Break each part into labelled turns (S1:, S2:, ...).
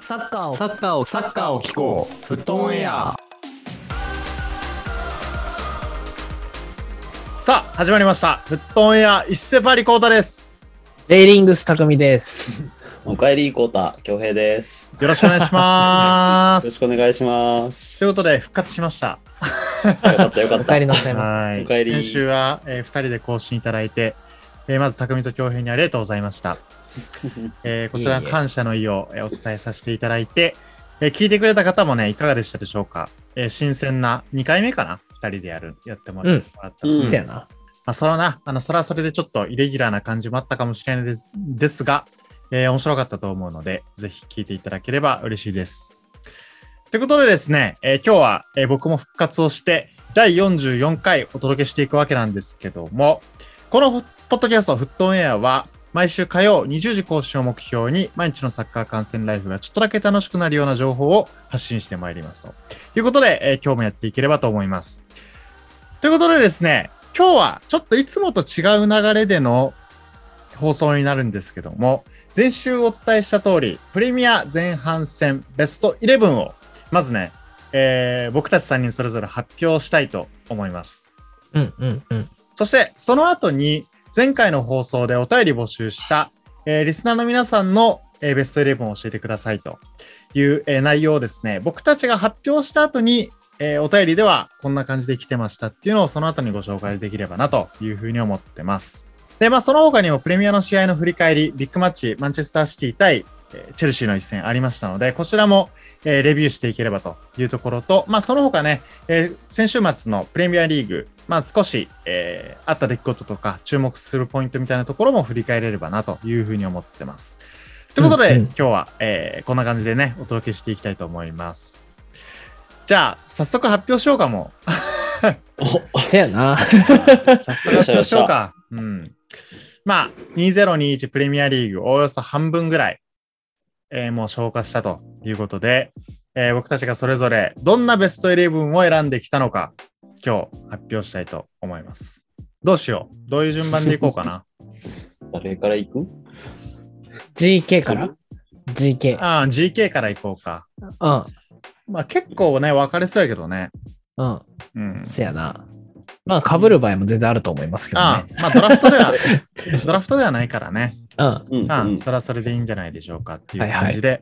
S1: サッカーを
S2: サッカーを、サッカーを聞こう。フットオンエア。
S3: さあ、始まりました。フットオンエア、一世パリコータです。
S1: レイリングス匠です。
S4: おかえり、コータ、恭平です。よ
S3: よろしくお願いしま
S4: ろし
S3: す。
S4: くお
S3: とい
S4: 願いします。
S3: う
S4: よ
S3: ことで、復活しました。
S4: かった、よか
S1: お
S4: っ
S1: 帰
S4: た。
S1: りなさいま
S3: はい。
S4: お帰り
S3: 先週は、え2人で更新いただいて、えーまず、匠と恭平にありがとうございました。えーこちら、
S1: いえいえ
S3: 感謝の意をえーお伝えさせていただいて、えー聞いてくれた方もね、いかがでしたでしょうか。えー新鮮な2回目かな ?2 人でやる、やってもらったの
S4: うん
S1: す。せやな。
S3: まあ、そのな、あの、それはそれでちょっとイレギュラーな感じもあったかもしれないですですが、えー面白かったと思うので、ぜひ聞いていただければ嬉しいです。ということでですね、えー今日は、えー僕も復活をして、第44回お届けしていくわけなんですけども、このポッドキャスト、フットオンエアは、毎週火曜20時更新を目標に、毎日のサッカー観戦ライフがちょっとだけ楽しくなるような情報を発信してまいりますと。いうことで、えー今日もやっていければと思います。ということでですね、今日はちょっといつもと違う流れでの放送になるんですけども、前週お伝えした通り、プレミア前半戦ベスト11を、まずね、えー僕たち3人それぞれ発表したいと思います。
S1: うんうんうん。
S3: そして、その後に、前回の放送でお便り募集した、えーリスナーの皆さんの、えーベスト11を教えてくださいという、えー内容をですね、僕たちが発表した後に、えーお便りではこんな感じで来てましたっていうのをその後にご紹介できればなというふうに思ってます。で、まあ、その他にもプレミアの試合の振り返り、ビッグマッチ、マンチェスターシティ対、えーチェルシーの一戦ありましたので、こちらも、えーレビューしていければというところと、まあ、その他ね、えー先週末のプレミアリーグ、まあ、少し、えーあった出来事とか、注目するポイントみたいなところも振り返れればなというふうに思ってます。ということで、
S1: うんうん
S3: 今日は、えーこんな感じでね、お届けしていきたいと思います。じゃあ、早速発表しようかもう。
S1: せやな。
S3: 早速発表しようか。うん。まあ、2021プレミアリーグ、おおよそ半分ぐらい、えーもう消化したということで、えー僕たちがそれぞれどんなベスト11を選んできたのか、今日発表したいと思います。どうしようどういう順番でいこうか な
S4: 誰から行く
S1: GK から ?GK。
S3: ああ、GK からいこうか。
S1: うん
S3: まあ結構ね、分かれそうやけどね。
S1: うん。
S3: うん。
S1: せやな。まあ、被る場合も全然あると思いますけど
S3: あ
S1: ね。
S3: あ、まあドラフトでは、ドラフトではないからね。
S1: うん。
S4: うん、うん。
S3: まあ、
S4: は
S3: それはそれでいいんじゃないでしょうかっていう感じで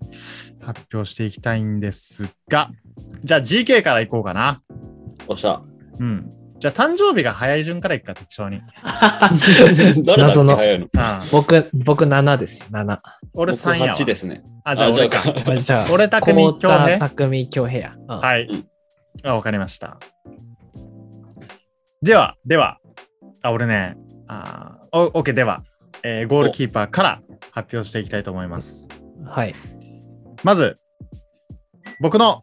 S3: 発表していきたいんですが、じゃあ GK からいこうかな。
S4: おっしゃ。
S3: うん。じゃあ誕生日が早い順からいくか、適当に。
S4: 誰だっけ
S1: 謎の
S4: 早いの
S3: ああ
S1: 僕、僕7ですよ、7。
S3: 俺3やわ
S4: 8ですね。
S3: あ、じゃあ俺か。
S1: これじゃあ、
S3: 俺匠
S1: コータ
S3: 恭平
S1: 匠京平や。うん
S3: はい。あ、わかりました。では、では、あ、俺ね、あーお、OK、では、えーゴールキーパーから発表していきたいと思います。
S1: はい。
S3: まず、僕の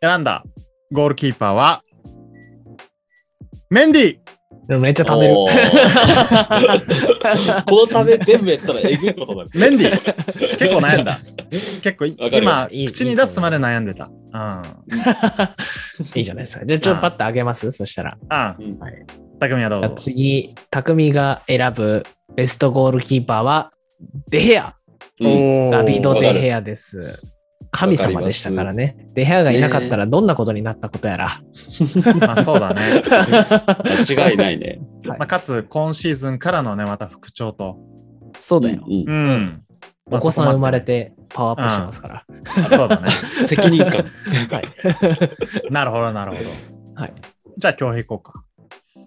S3: 選んだゴールキーパーは、メンディー
S1: でもめっちゃ食べる。
S4: おー このため全部やってたらえぐいことだね。
S3: メンディー結構悩んだ。結構い、
S4: わかるよ
S3: 今、
S1: いい
S3: 口に出すまで悩んでた。うん。あ
S1: いいじゃないですか。じゃあ、ちょっとパッと上げますそしたら。
S3: あ
S4: う。ん
S3: 匠はど
S1: じゃあ
S3: うぞ。
S1: 次、匠が選ぶベストゴールキーパーは、デヘア、
S4: うん
S3: おー
S1: ダビド・
S4: わか
S1: デ
S4: る
S1: ヘアです。神様でしたからね。デヘアがいなかったらどんなことになったことやら。
S3: まあそう だね。
S4: 間違いないね。
S3: まあ、かつ、今シーズンからのね、また復調と。
S1: そうだよ。
S4: うん
S3: う。ん。ま
S1: お
S3: あ
S1: 子さん生まれ。
S3: そ
S1: てパワーアップしてますから。
S3: こまであそうだね。
S4: 責任感。
S1: はい。
S3: なるほど、なるほど。
S1: はい。
S3: じゃあ、今日行こうか。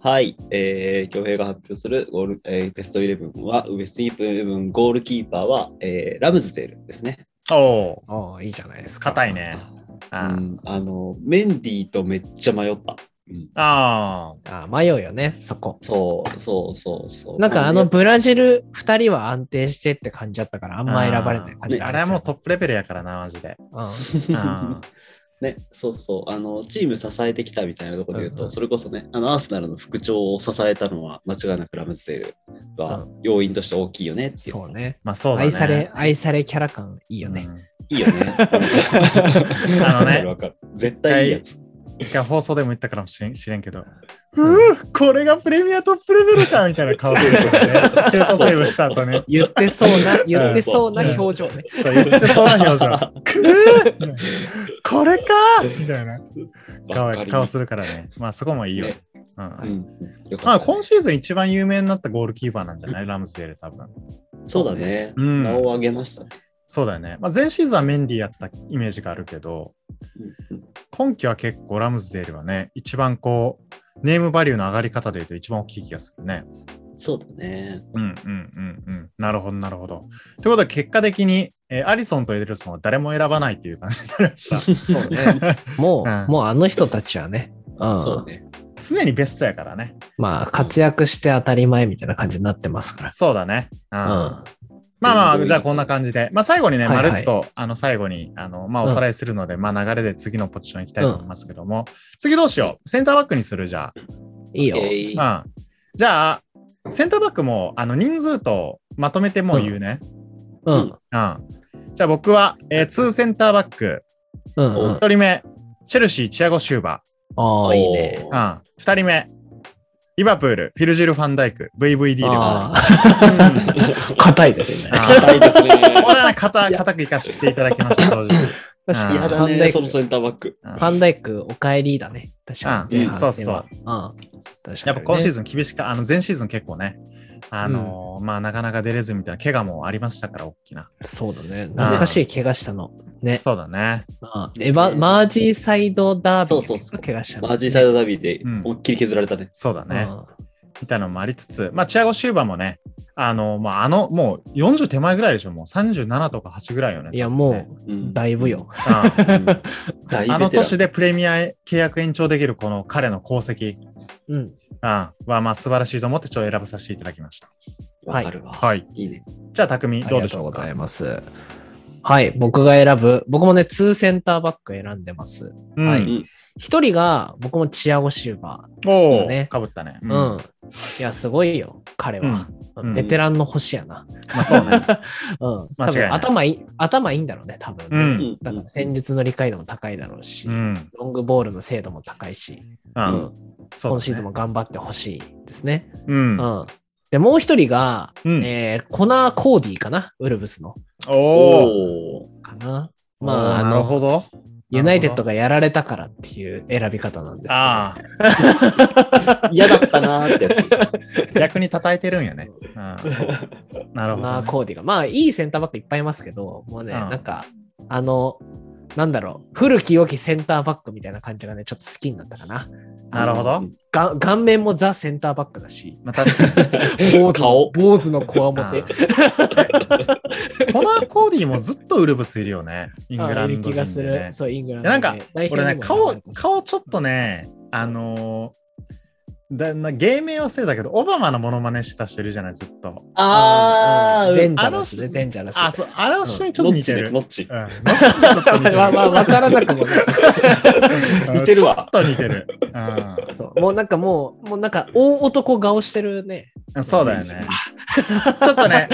S4: はい、えー、恭平が発表するゴール、えーベストイレブンは、ベストイレブンゴールキーパーは、えーラムズデールですね。
S3: おお、
S1: おーいいじゃないですか。
S3: 硬いね。あ
S4: う
S3: ー
S4: ん、あの、メンディーとめっちゃ迷った。うん、
S3: あ
S1: あー迷うよね、そこ。
S4: そうそうそうそう。
S1: なんかあの
S4: ね
S1: ブラジル2人は安定してって感じだったから、あんま選ばれない感
S3: ー、
S1: じ
S3: あれはもうトップレベルやからな、マジ で。
S1: う
S3: あ
S4: ね、そうそうあの、チーム支えてきたみたいなところで言うと、
S1: うんうん
S4: それこそね、あのアーセナルの復調を支えたのは、間違いなくラムズデールが要因として大きいよねっ
S1: ん。
S4: ていう。
S1: そうね。
S3: まあそうだね。
S1: 愛され、愛されキャラ感いいよね。
S3: うん
S4: いいよ ね。
S3: あのね
S4: わかるわかる絶対いいやつ。
S3: 一回放送でも言ったからもしれん知れんけど、うーこれがプレミアトップレベルかみたいな顔してる からね。シュートセーブした後ね。
S1: 言ってそうな、言ってそうな表情ね。
S3: そう言ってそうな表情。くーこれかみたいな
S4: ばっ
S3: 顔
S4: かり
S3: 顔するからね。まあそこもいいよ。
S4: ね
S3: うん
S4: うん
S3: ま
S4: よか
S3: あ
S4: った
S3: 今シーズン一番有名になったゴールキーパーなんじゃないラムスデール多分。
S4: そうだね。
S3: うん
S4: 名を上げましたね。
S3: そうだよね。まあ前シーズンはメンディーやったイメージがあるけど、今季は結構ラムズデールはね、一番こう、ネームバリューの上がり方でいうと一番大きい気がするね。
S4: そうだね。
S3: うんうんうんうん。なるほど、なるほど。ということで、結果的に、えーアリソンとエデルソンは誰も選ばないっていう感じになりました。
S1: そう ね。も
S3: うん
S1: う、もうあの人たちはね、う
S4: そうだ
S1: ん。
S4: ね。
S3: 常にベストやからね。
S1: まあ、活躍して当たり前みたいな感じになってますか
S3: そうだね。うん。
S1: ら。うん。
S3: まあま
S4: う
S3: あ、
S4: ん
S3: じゃあこんな感じで。まあ最後にね、
S1: はい
S3: ま
S1: はい
S3: るっと、あの、最後に、あの、まあおさらいするので、まあ流れで次のポジション行きたいと思いますけども、次どうしよう。センターバックにするじゃあ。
S1: いいよ。
S4: えー
S3: うん。じゃあ、センターバックも、あの、人数とまとめてもう言うね。
S1: うん。
S3: うん。じゃあ僕は、えー、2センターバック。
S1: うんうん。
S3: 1人目、チェルシー、チアゴ・シューバ
S1: ああ、いいね。
S3: ー。うん。2人目、リバプール、フィルジル・ファンダイク、VVD でござい
S1: あ
S3: ま
S1: あ、
S3: す。うん
S1: 硬いですね。
S4: 硬 いですね。
S3: これはね、固固くいかせていただきました、正直。
S1: 確かに。
S4: 嫌だ
S1: ファンダ
S4: ね、
S1: イク
S4: そのセンターバック。
S3: うん
S1: ファンダイク、お帰りだね。確かに。
S4: うん
S1: 前半戦は。
S3: そ
S1: う
S3: う
S1: ん。確かにね。
S3: やっぱ今シーズン厳しか、あの前シーズン結構ね、あのーまあなかなか出れずみたいな怪我もありましたから、大きな。
S1: そうだね。懐かしい怪我したの。ね。
S3: そうだね。
S1: うんエヴァマージーサイドダービー
S4: そうそうそう
S1: 怪我したの
S4: マージーサイドダービーで思いっきり削られたね。
S3: そうだね。
S1: うん
S3: みたいなのもありつつ、まあ、チアゴ・シューバーもね、あの、まあ、あの、もう40手前ぐらいでしょ、もう37とか8ぐらいよね。
S1: いや、も
S4: う
S1: う、
S4: ん
S1: だいぶよ。
S3: うん
S4: うん大ベテラン
S3: あの年でプレミア契約延長できるこの彼の功績うん
S1: うん。
S3: は、まあ、素晴らしいと思って、ちょっと選ばさせていただきました。
S4: わかるわ。
S3: はい。
S4: いいね。
S3: じゃあ、匠、
S1: あ
S3: ど
S1: り
S3: うで
S1: が
S3: し
S1: とう
S3: ょう
S1: ご
S3: か。
S1: ざいます。はい、僕が選ぶ、僕もね、2センターバック選んでます。
S3: うん
S1: は
S4: う
S1: い
S4: ん
S1: 一人が、僕もチアゴ・シューバ
S3: おお、
S1: ね
S3: かぶったね。う
S1: ー。
S3: ん
S1: うん。いや、すごいよ、彼は。
S3: んうん
S1: ベテランの星やな。
S3: ま あ、そうね。
S1: うん。
S3: 間
S1: 多
S3: 違いない
S1: 分頭いい、頭いいんだろうね、多分ね。
S3: うん
S4: うん
S1: だから戦術の理解度も高いだろうし、
S3: うん。
S1: ロングボールの精度も高いし、
S3: う。
S4: うんん
S3: そうだね
S1: 今シーズンも頑張ってほしいですね。
S3: うん。
S1: うん。で、もう一人が、
S3: うん
S1: えーコナー・コーディかなウルブスの。
S3: おお。
S4: おー
S1: かな。ま
S3: ま
S1: あ、
S3: あ、
S1: あ
S3: なる
S1: の、
S3: ほど。
S1: ユナイテッドがやられたからっていう選び方なんですけど。
S3: あ
S4: 嫌だったなーってやつ。
S3: あ、逆に叩いてるんやね。うん。なる
S1: コ
S3: ほ
S1: ナ
S3: ど
S1: ー・
S3: ね。
S1: コーディが。まあ、いいセンターバックいっぱいいますけど、もうね、
S3: うん
S1: なんか、あの、なんだろう、古き良きセンターバックみたいな感じがね、ちょっと好きになったかな。
S3: なるほど。
S1: が顔面もザ・センターバックだし、
S3: まあ、確かに。
S1: 坊主の
S4: 顔
S1: 坊主のこわも
S3: あ
S1: て。
S3: ーコナー・コーディもずっとウルブスいるよね。イ
S1: イ
S3: ングランド
S1: 気が
S3: 人
S1: す
S3: でね
S1: る。。そう、イングラン
S3: い
S1: ド
S3: やな
S1: で。
S3: んか
S1: 代表
S3: 俺ね、
S1: にも
S3: 顔
S1: 選ばれ、てほしい
S3: 顔ちょっとね、あのーだな芸名はせいだけど、オバマのモノマネした人いるじゃない、ずっと。
S4: あ
S1: うんデン
S4: ー、
S1: ジャラスね、
S3: あの
S1: デンジャラス。
S3: あ、そう、あれは一緒にちょっ
S4: ノ
S3: と
S4: ッ
S3: 似
S4: チ
S3: て
S4: ね、
S3: る。
S4: ノッチ。
S3: うんノッチちょっと似てる
S1: まあまあ、わからなくもない。
S3: うん
S4: 似てるわ
S3: ちょ っと似てる。う
S1: そう。もうなんかもう、もうなんか大男顔してるね。
S3: ん、そうだよね。 ちょっとね、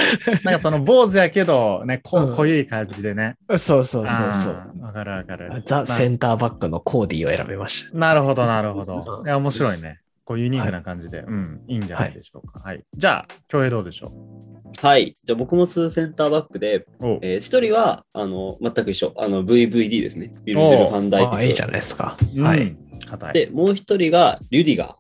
S3: なんかその坊主やけど、ね、こ
S1: うん
S3: 濃い感じでね。
S1: そうそうそうそ
S3: あ
S1: う。
S3: ーわかるわかる。
S1: ザ・セ
S3: ン
S1: ンターバックのコーディを選びました。
S3: なるほど、なるほ
S1: う
S3: ど。
S1: ん
S3: いや、面白いね。こうユニークな感じで、うん、いいんじゃないでしょうか。はい。じゃあ、京平どうでしょ
S4: はい。じゃあ僕も2センターバックで、
S3: うおう
S4: えー一人は、あの、全く一緒。あの、VVD ですね。ビルジル・ファンダイ
S1: あ
S4: ク。
S1: あ、いいじゃないですか。はい。。
S3: 硬い。
S4: で、もう一人が、リュディガ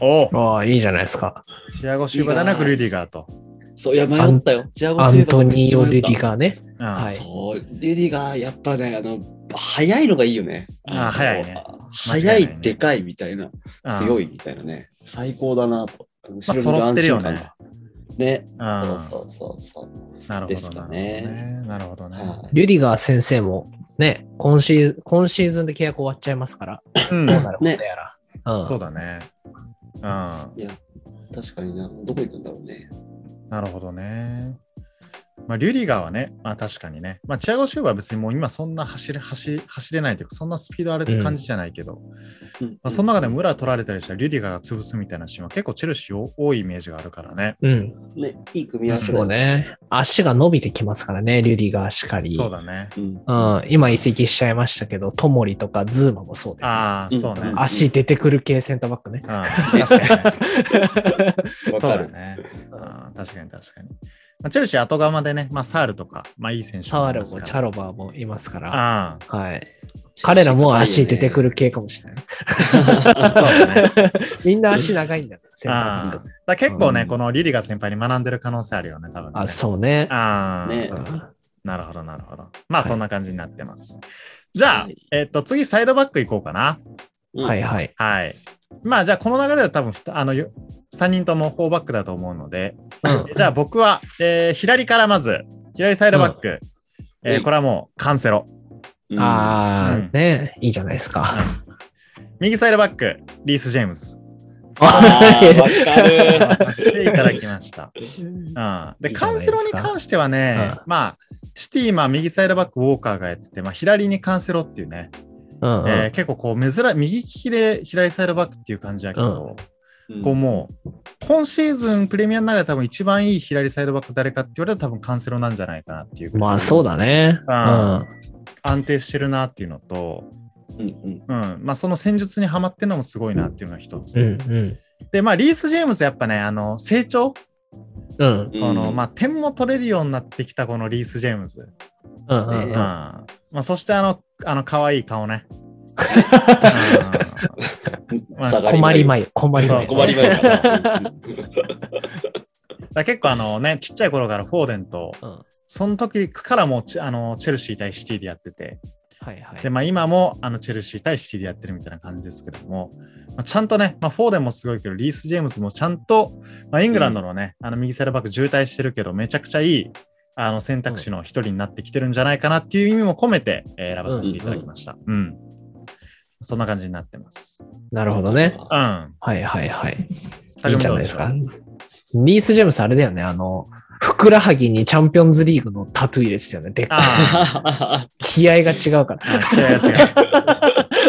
S3: おう
S1: ああ、いいじゃないですか。
S3: チアゴ・シューバーではなくルディガーと。
S4: ー。そう、いや、迷ったよ。チアゴ
S1: ア
S4: シュ
S1: ン
S4: ーバ
S1: ト
S4: ーめっ
S1: ニ
S4: ち
S1: ー
S4: ゃ
S1: オ・
S4: 迷
S1: ル
S4: った
S1: ディガーね。
S3: あ
S1: はい
S4: そう、リュディガー、やっぱね、あの、速いのがいいよね。
S3: あー
S4: の
S3: 速いね。
S4: 速
S3: 間違いない
S4: い、
S3: ね
S4: でかいみたいな、
S3: あ
S4: 強
S3: い。
S4: いみたいなね。最高だなと。後ろにい
S3: 揃ってるよ
S4: 安
S3: ね
S4: 心感がね。
S3: う
S4: そ
S3: ん
S4: うそうそうそう。
S3: なるほど。
S4: ですかね
S3: なるほどね。なるほ
S4: は。
S1: リュディガー先生もね、今シー今シーズンで契約終わっちゃいますから、
S3: どね
S1: どうなることやら。
S3: うん。そううだね。うん。ない
S4: いや、確かにな、どこ行くんだろうね。
S3: るほどね。まあ、リュディガーはね、まあ確かにね、まあ、チアゴ・シューバーは別にもう今そんな走れ走走れないというか、そんなスピードあるって感じじゃないけど、
S4: うん
S3: まあ、その中で村取られたりしたらリュディガーが潰すみたいなシーンは結構チェルシー多いイメージがあるからね。
S1: うん。
S4: ね、いい組み合わせだ
S1: そう。ね。足が伸びてきますからね、リュディガーしかり。
S3: そうだね。
S4: うん
S1: うん、今移籍しちゃいましたけど、トモリとかズーマもそうだよね、
S3: ああ、そうね。
S4: うん
S3: うん、
S4: あ
S1: 足出てくる系センターバックね。
S3: 確かに。
S4: わ
S3: そ
S4: か
S3: うだ
S4: る。
S3: ね。あー確かに確かに。まあ、チェルシー後釜でね、まあ、サールとか、まあ、いい選手
S1: サワルもチ
S3: もい
S1: ャ
S3: ますから
S1: ロバーもいますから。
S3: ああ、
S1: はい。彼らも足出てく
S4: る。
S1: る系かもしれない。
S3: そうだね。
S1: みんな足長いんだよ、センター
S3: あ
S1: バッ
S3: ーだ
S1: ク
S3: か。ら結構ね、
S1: うん
S3: このリリが先輩に学んでる可能性あるよね、多分、ね。
S1: あ、そうね。
S3: あー
S4: ね
S3: なるほど、なるほど。まあ、
S1: はい
S3: そんな感じになってます。じゃあ
S4: はい、
S3: えっと、次、サイドバックいこうかな。
S1: うんはい
S4: い。
S1: はい。
S3: はい。まあ、じゃあ、この流れでは多分ふた、あの、よ3人とも4バックだと思うので、じゃあ、僕は、えー左からまず、左サイドバック。えーこれはもう、カンセロ。
S4: うん
S1: ああ、
S3: うん
S1: ねいいじゃないですか。
S3: 右サイドバック、リース・ジェームス。
S4: あ ーわ
S3: まあ
S4: かる。
S3: させていただき ました。うん、
S1: い
S3: で
S1: いじゃ
S3: カ
S1: ない
S3: ン
S1: です
S3: セ
S1: か
S3: ロに関してはね、まあ、シティ、まあ、右サイドバック、ウォーカーがやってて、まあ、左にカンセロっていうね、
S1: うんうん
S3: えー結構こう、珍い、右利きで左サイドバックっていう感じだけど、こうもう、今シーズンプレミアの中で多分一番いい左サイドバック誰かって言われたら多分カンセロなんじゃないかなっていうぐらい
S1: まあそうだね。う
S3: うん
S1: ん。
S3: 安定してるなっていうのと、
S4: うんうん
S3: うん、まあその戦術にはまってるのもすごいなっていうのが一つ。
S1: うんうん。
S3: で、まあ、リース・ジェームスやっぱね、あの、成長、
S1: うん
S4: うん
S3: この、まあ、点も取れるようになってきたこのリース・ジェームズ。
S1: うんうん
S3: う
S1: うんん。
S3: まあ、そしてあの、あの、可愛い 顔ね。
S4: 下が
S1: 困りま
S4: い。
S1: ゆ、困りまゆ。
S3: そう
S4: 困りまい。
S3: うんだから結構あのね、ちっちゃい頃からフォーデンと、
S1: うんは
S3: その時からもうチあのチェルシー対シティでやってて、
S1: いは
S3: で、
S1: い。
S3: まあ今もあのチェルシー対シティでやってるみたいな感じですけども、まあ、ちゃんとね、まあフォーデンもすごいけど、リース・ジェームズもちゃんと、まあイングランドのね、あの右サイドバック渋滞してるけど、めちゃくちゃいい、あの選択肢の一人になってきてるんじゃないかなっていう意味も込めて、えー選ばさせていただきました。うん、そんな感じになってます。
S1: なるほどね。
S3: うん。
S1: はいはいはい。い
S3: い
S1: いじゃないですか。リース・ジェームスあれだよね。あの、ふくらはぎにチャンピオンズリーグのタトゥー入れてたよね。でっかい
S3: あ
S1: 気合が違うから。
S3: あ、違う違う。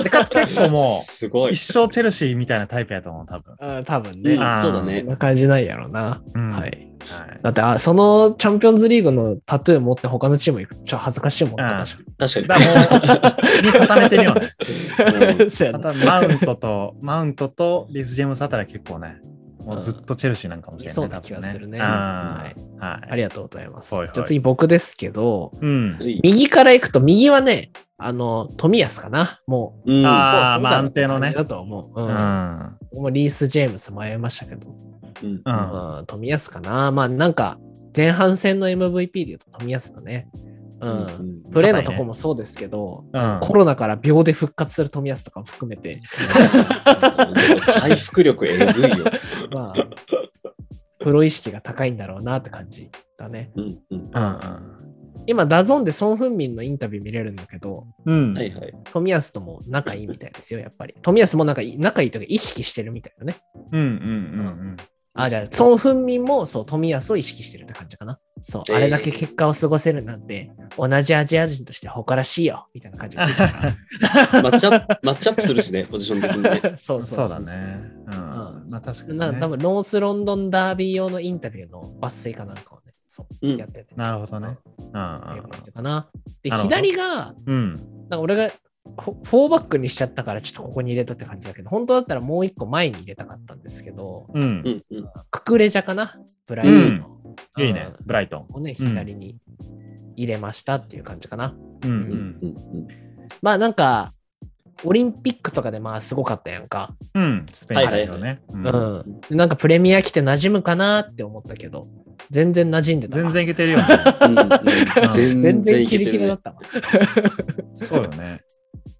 S3: で、かつ結構も
S4: すご
S3: う、
S4: い。
S3: 一生チェルシーみたいなタイプやと思う、多分。
S1: うん、多分
S4: う
S1: ね。
S4: ん
S1: そ
S3: あー
S4: そうだ
S1: ん
S4: ね。
S1: な感じないやろうな。
S3: うん、
S1: は
S3: はい。
S1: い。だって、あ、そのチャンピオンズリーグのタトゥー持って他のチーム行くちょっと恥ずかしいもんな、
S3: うん
S1: 確か
S4: 確
S3: だ
S4: か
S3: からも う、に固めてるよね。
S4: に。
S1: に。 そうや
S3: あ
S1: な
S3: とはマウン トと、マウントとリス・ジェームスあたりは結構ね、もうずっとチェルシーなんかもしれない。
S1: そうな
S3: 多分
S1: 気がするね
S3: ああ
S1: あ
S3: はい。
S1: りがとうございます。
S3: はいはい
S1: じゃあ次僕ですけど、
S3: うん。
S1: 右から行くと、右はね、あの、富安かな。もう、
S4: うん。
S3: あー
S1: もうそうだろう
S3: まあ安定のね
S1: って感じだと思う。う。
S3: うんん。
S1: 僕もリース・ジェームス迷いましたけど、
S4: うん
S3: うん。
S1: うん、富安かな。まあなんか、前半戦の MVP で言うと富安だね。うん。プレーのとこもそうですけど、
S3: うん
S1: コロナから秒で復活する富安とかも含めて、
S4: 回復力えぐいよ。
S1: まあ、プロ意識が高いんだろうなって感じだね。
S4: うんうん。
S3: うんうん
S1: 今、ダゾーンでソン・フンミンのインタビュー見れるんだけど、
S3: うん
S4: はいはい。
S1: 富安とも仲いいみたいですよ、やっぱり。富安もなんかい仲いいというか意識してるみたいなね。
S3: うんうん。
S1: あ、じゃあ、ソン・フンミンもそう、富安を意識してるって感じかな。そう、
S4: えー
S1: あれだけ結果を過ごせるなんて、同じアジア人として誇らしいよ、みたいな感じで。
S4: マッチアッ プ、マッチアップするしね、ポジション的にね。
S1: そううんそ
S3: そううだね。うん。まあ確かに
S1: な
S3: ね。
S1: 多分ノースロンドンダービー用のインタビューの抜粋かなんかをね、そうう、
S4: ん
S1: やってて。
S3: なるほどね。うん
S1: っていう感じかな。で、左が、
S3: うんうん。
S1: なんか俺がフォフォーバックにしちゃったからちょっとここに入れたって感じだけど、本当だったらもう一個前に入れたかったんですけど、
S3: うん。うん
S4: うんうん。
S1: ククレジャかなブライトンの。
S3: いいね。ブライトン
S1: うん。をね、左に入れましたっていう感じかな。
S3: うんう
S4: うん
S3: ん。
S4: うん
S1: まあなんか、オリンピックとかでまあすごかったやんか。
S3: うん。スペイン代表ね。
S1: う
S3: う
S1: んん。でなんかプレミア来て馴染むかなって思ったけど、全然馴染んでたわ。
S3: 全然いけてるよね。
S4: うんうん全
S1: 全
S4: 然
S1: 然
S4: いけ
S1: キ
S4: て
S1: レキレ
S4: る
S1: だ
S4: ね
S1: っ。たわ。
S3: そうよね。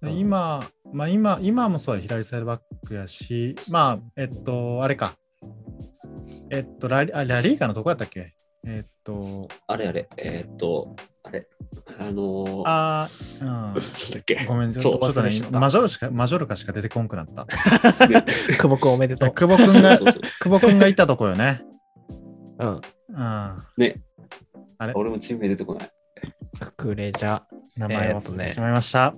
S3: で
S1: うん
S3: 今、まあ今、今もそうだ、左サイドバックやし、まあ、えっと、あれか。えっと、ラリあラリーガのどこやったっけえっと、
S4: あれあれ、えーっと、あれ、あのー、な
S3: あー、
S4: んだっ
S3: うん。
S4: け
S3: ご。めん、ちょ
S4: そう
S3: ちょっと
S1: 忘
S3: ね
S1: れちゃっ、た
S3: マジョルしか、マジョルカしか出てこんく なった。
S1: 久保君おめでとう。
S3: 久保君
S4: そ
S3: が
S4: う、そう
S3: 久保君がいたとこよね。
S1: うん。
S3: うん。あ
S4: ね。
S3: あれ
S4: 俺もチーム名出てこない。
S1: ククレジャ。
S3: 名前
S1: えー
S3: を
S1: っと
S3: 忘
S1: ね
S3: れてしまいました。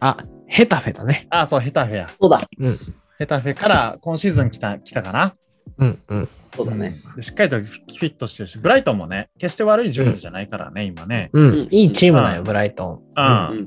S1: あ、ヘタフェだね。
S3: あ、そう、ヘタフェや。
S4: そうだ。
S1: うん。
S3: ヘタフェから今シーズン来た来たかな。
S1: うんうん。
S4: そうだね。
S3: でしっかりとフィットしてるし、ブライトンもね、決して悪い順位じゃないからね、今ね。
S1: うん
S4: うん。
S1: いいチームなん
S3: う
S1: よ、
S3: ん
S1: ブライトン。
S3: うん、
S4: うん。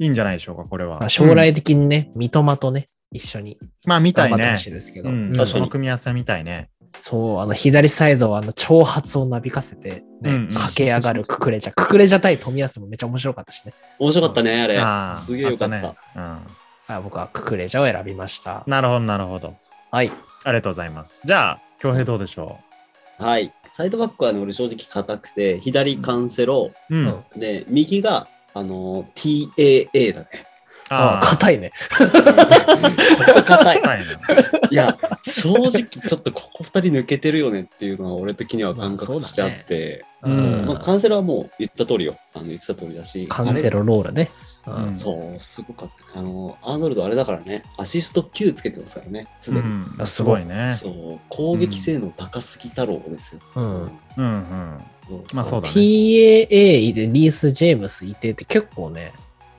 S3: いいんじゃないでしょうか、これ
S1: まあ
S3: は。
S1: 将
S3: うん
S1: 来的にね、三笘とね、一緒に
S3: まあ、みた
S1: 頑
S3: い
S1: 張って
S3: ね
S1: ほ。しいですけど。
S3: う
S1: うん
S3: ん、
S4: 確
S3: そ
S4: かに
S3: の組み合わせみたいね。
S1: そう、あの左サイドはあの長髪をなびかせて、ね
S3: うんうん
S1: 駆け上がるククレジャ。ククレジャ対冨安もめっちゃ面白かったしね。
S4: 面白かったね、あれ。
S3: ああ、
S4: すげえよかった
S3: あね。
S1: あ僕はククレジャを選びました
S3: うん。。なるほど、なるほど。
S1: はい。
S3: ありがとうございます。じゃあ、京平どうでしょ
S4: はい。サイドバックはね、俺正直硬くて、左カンセロ、
S3: う。うん。
S1: うん
S4: で、右が、あのー、TAA だね。
S1: ああ、
S3: 硬
S1: 硬いね。
S4: 硬 い。
S3: いな。
S4: いや、正直、ちょっとここ二人抜けてるよねっていうのは、俺的には感覚としてあって、
S3: まあそうだねうん
S4: まあ、カンセロはもう言った通りよ。あの言ってた通りだし。
S1: カンセロロールね。う
S3: うん
S1: ん
S4: そう、すごかった。あの、アーノルドあれだからね、アシスト9つけてますからね、すでに。
S3: うん、すごいね。
S4: そう、攻撃性能高すぎ太郎ですよ。
S1: う。
S4: うん
S3: うんうん。
S4: そう
S3: まあそうだね
S1: TAA でリース・ジェームスいてって結構ね、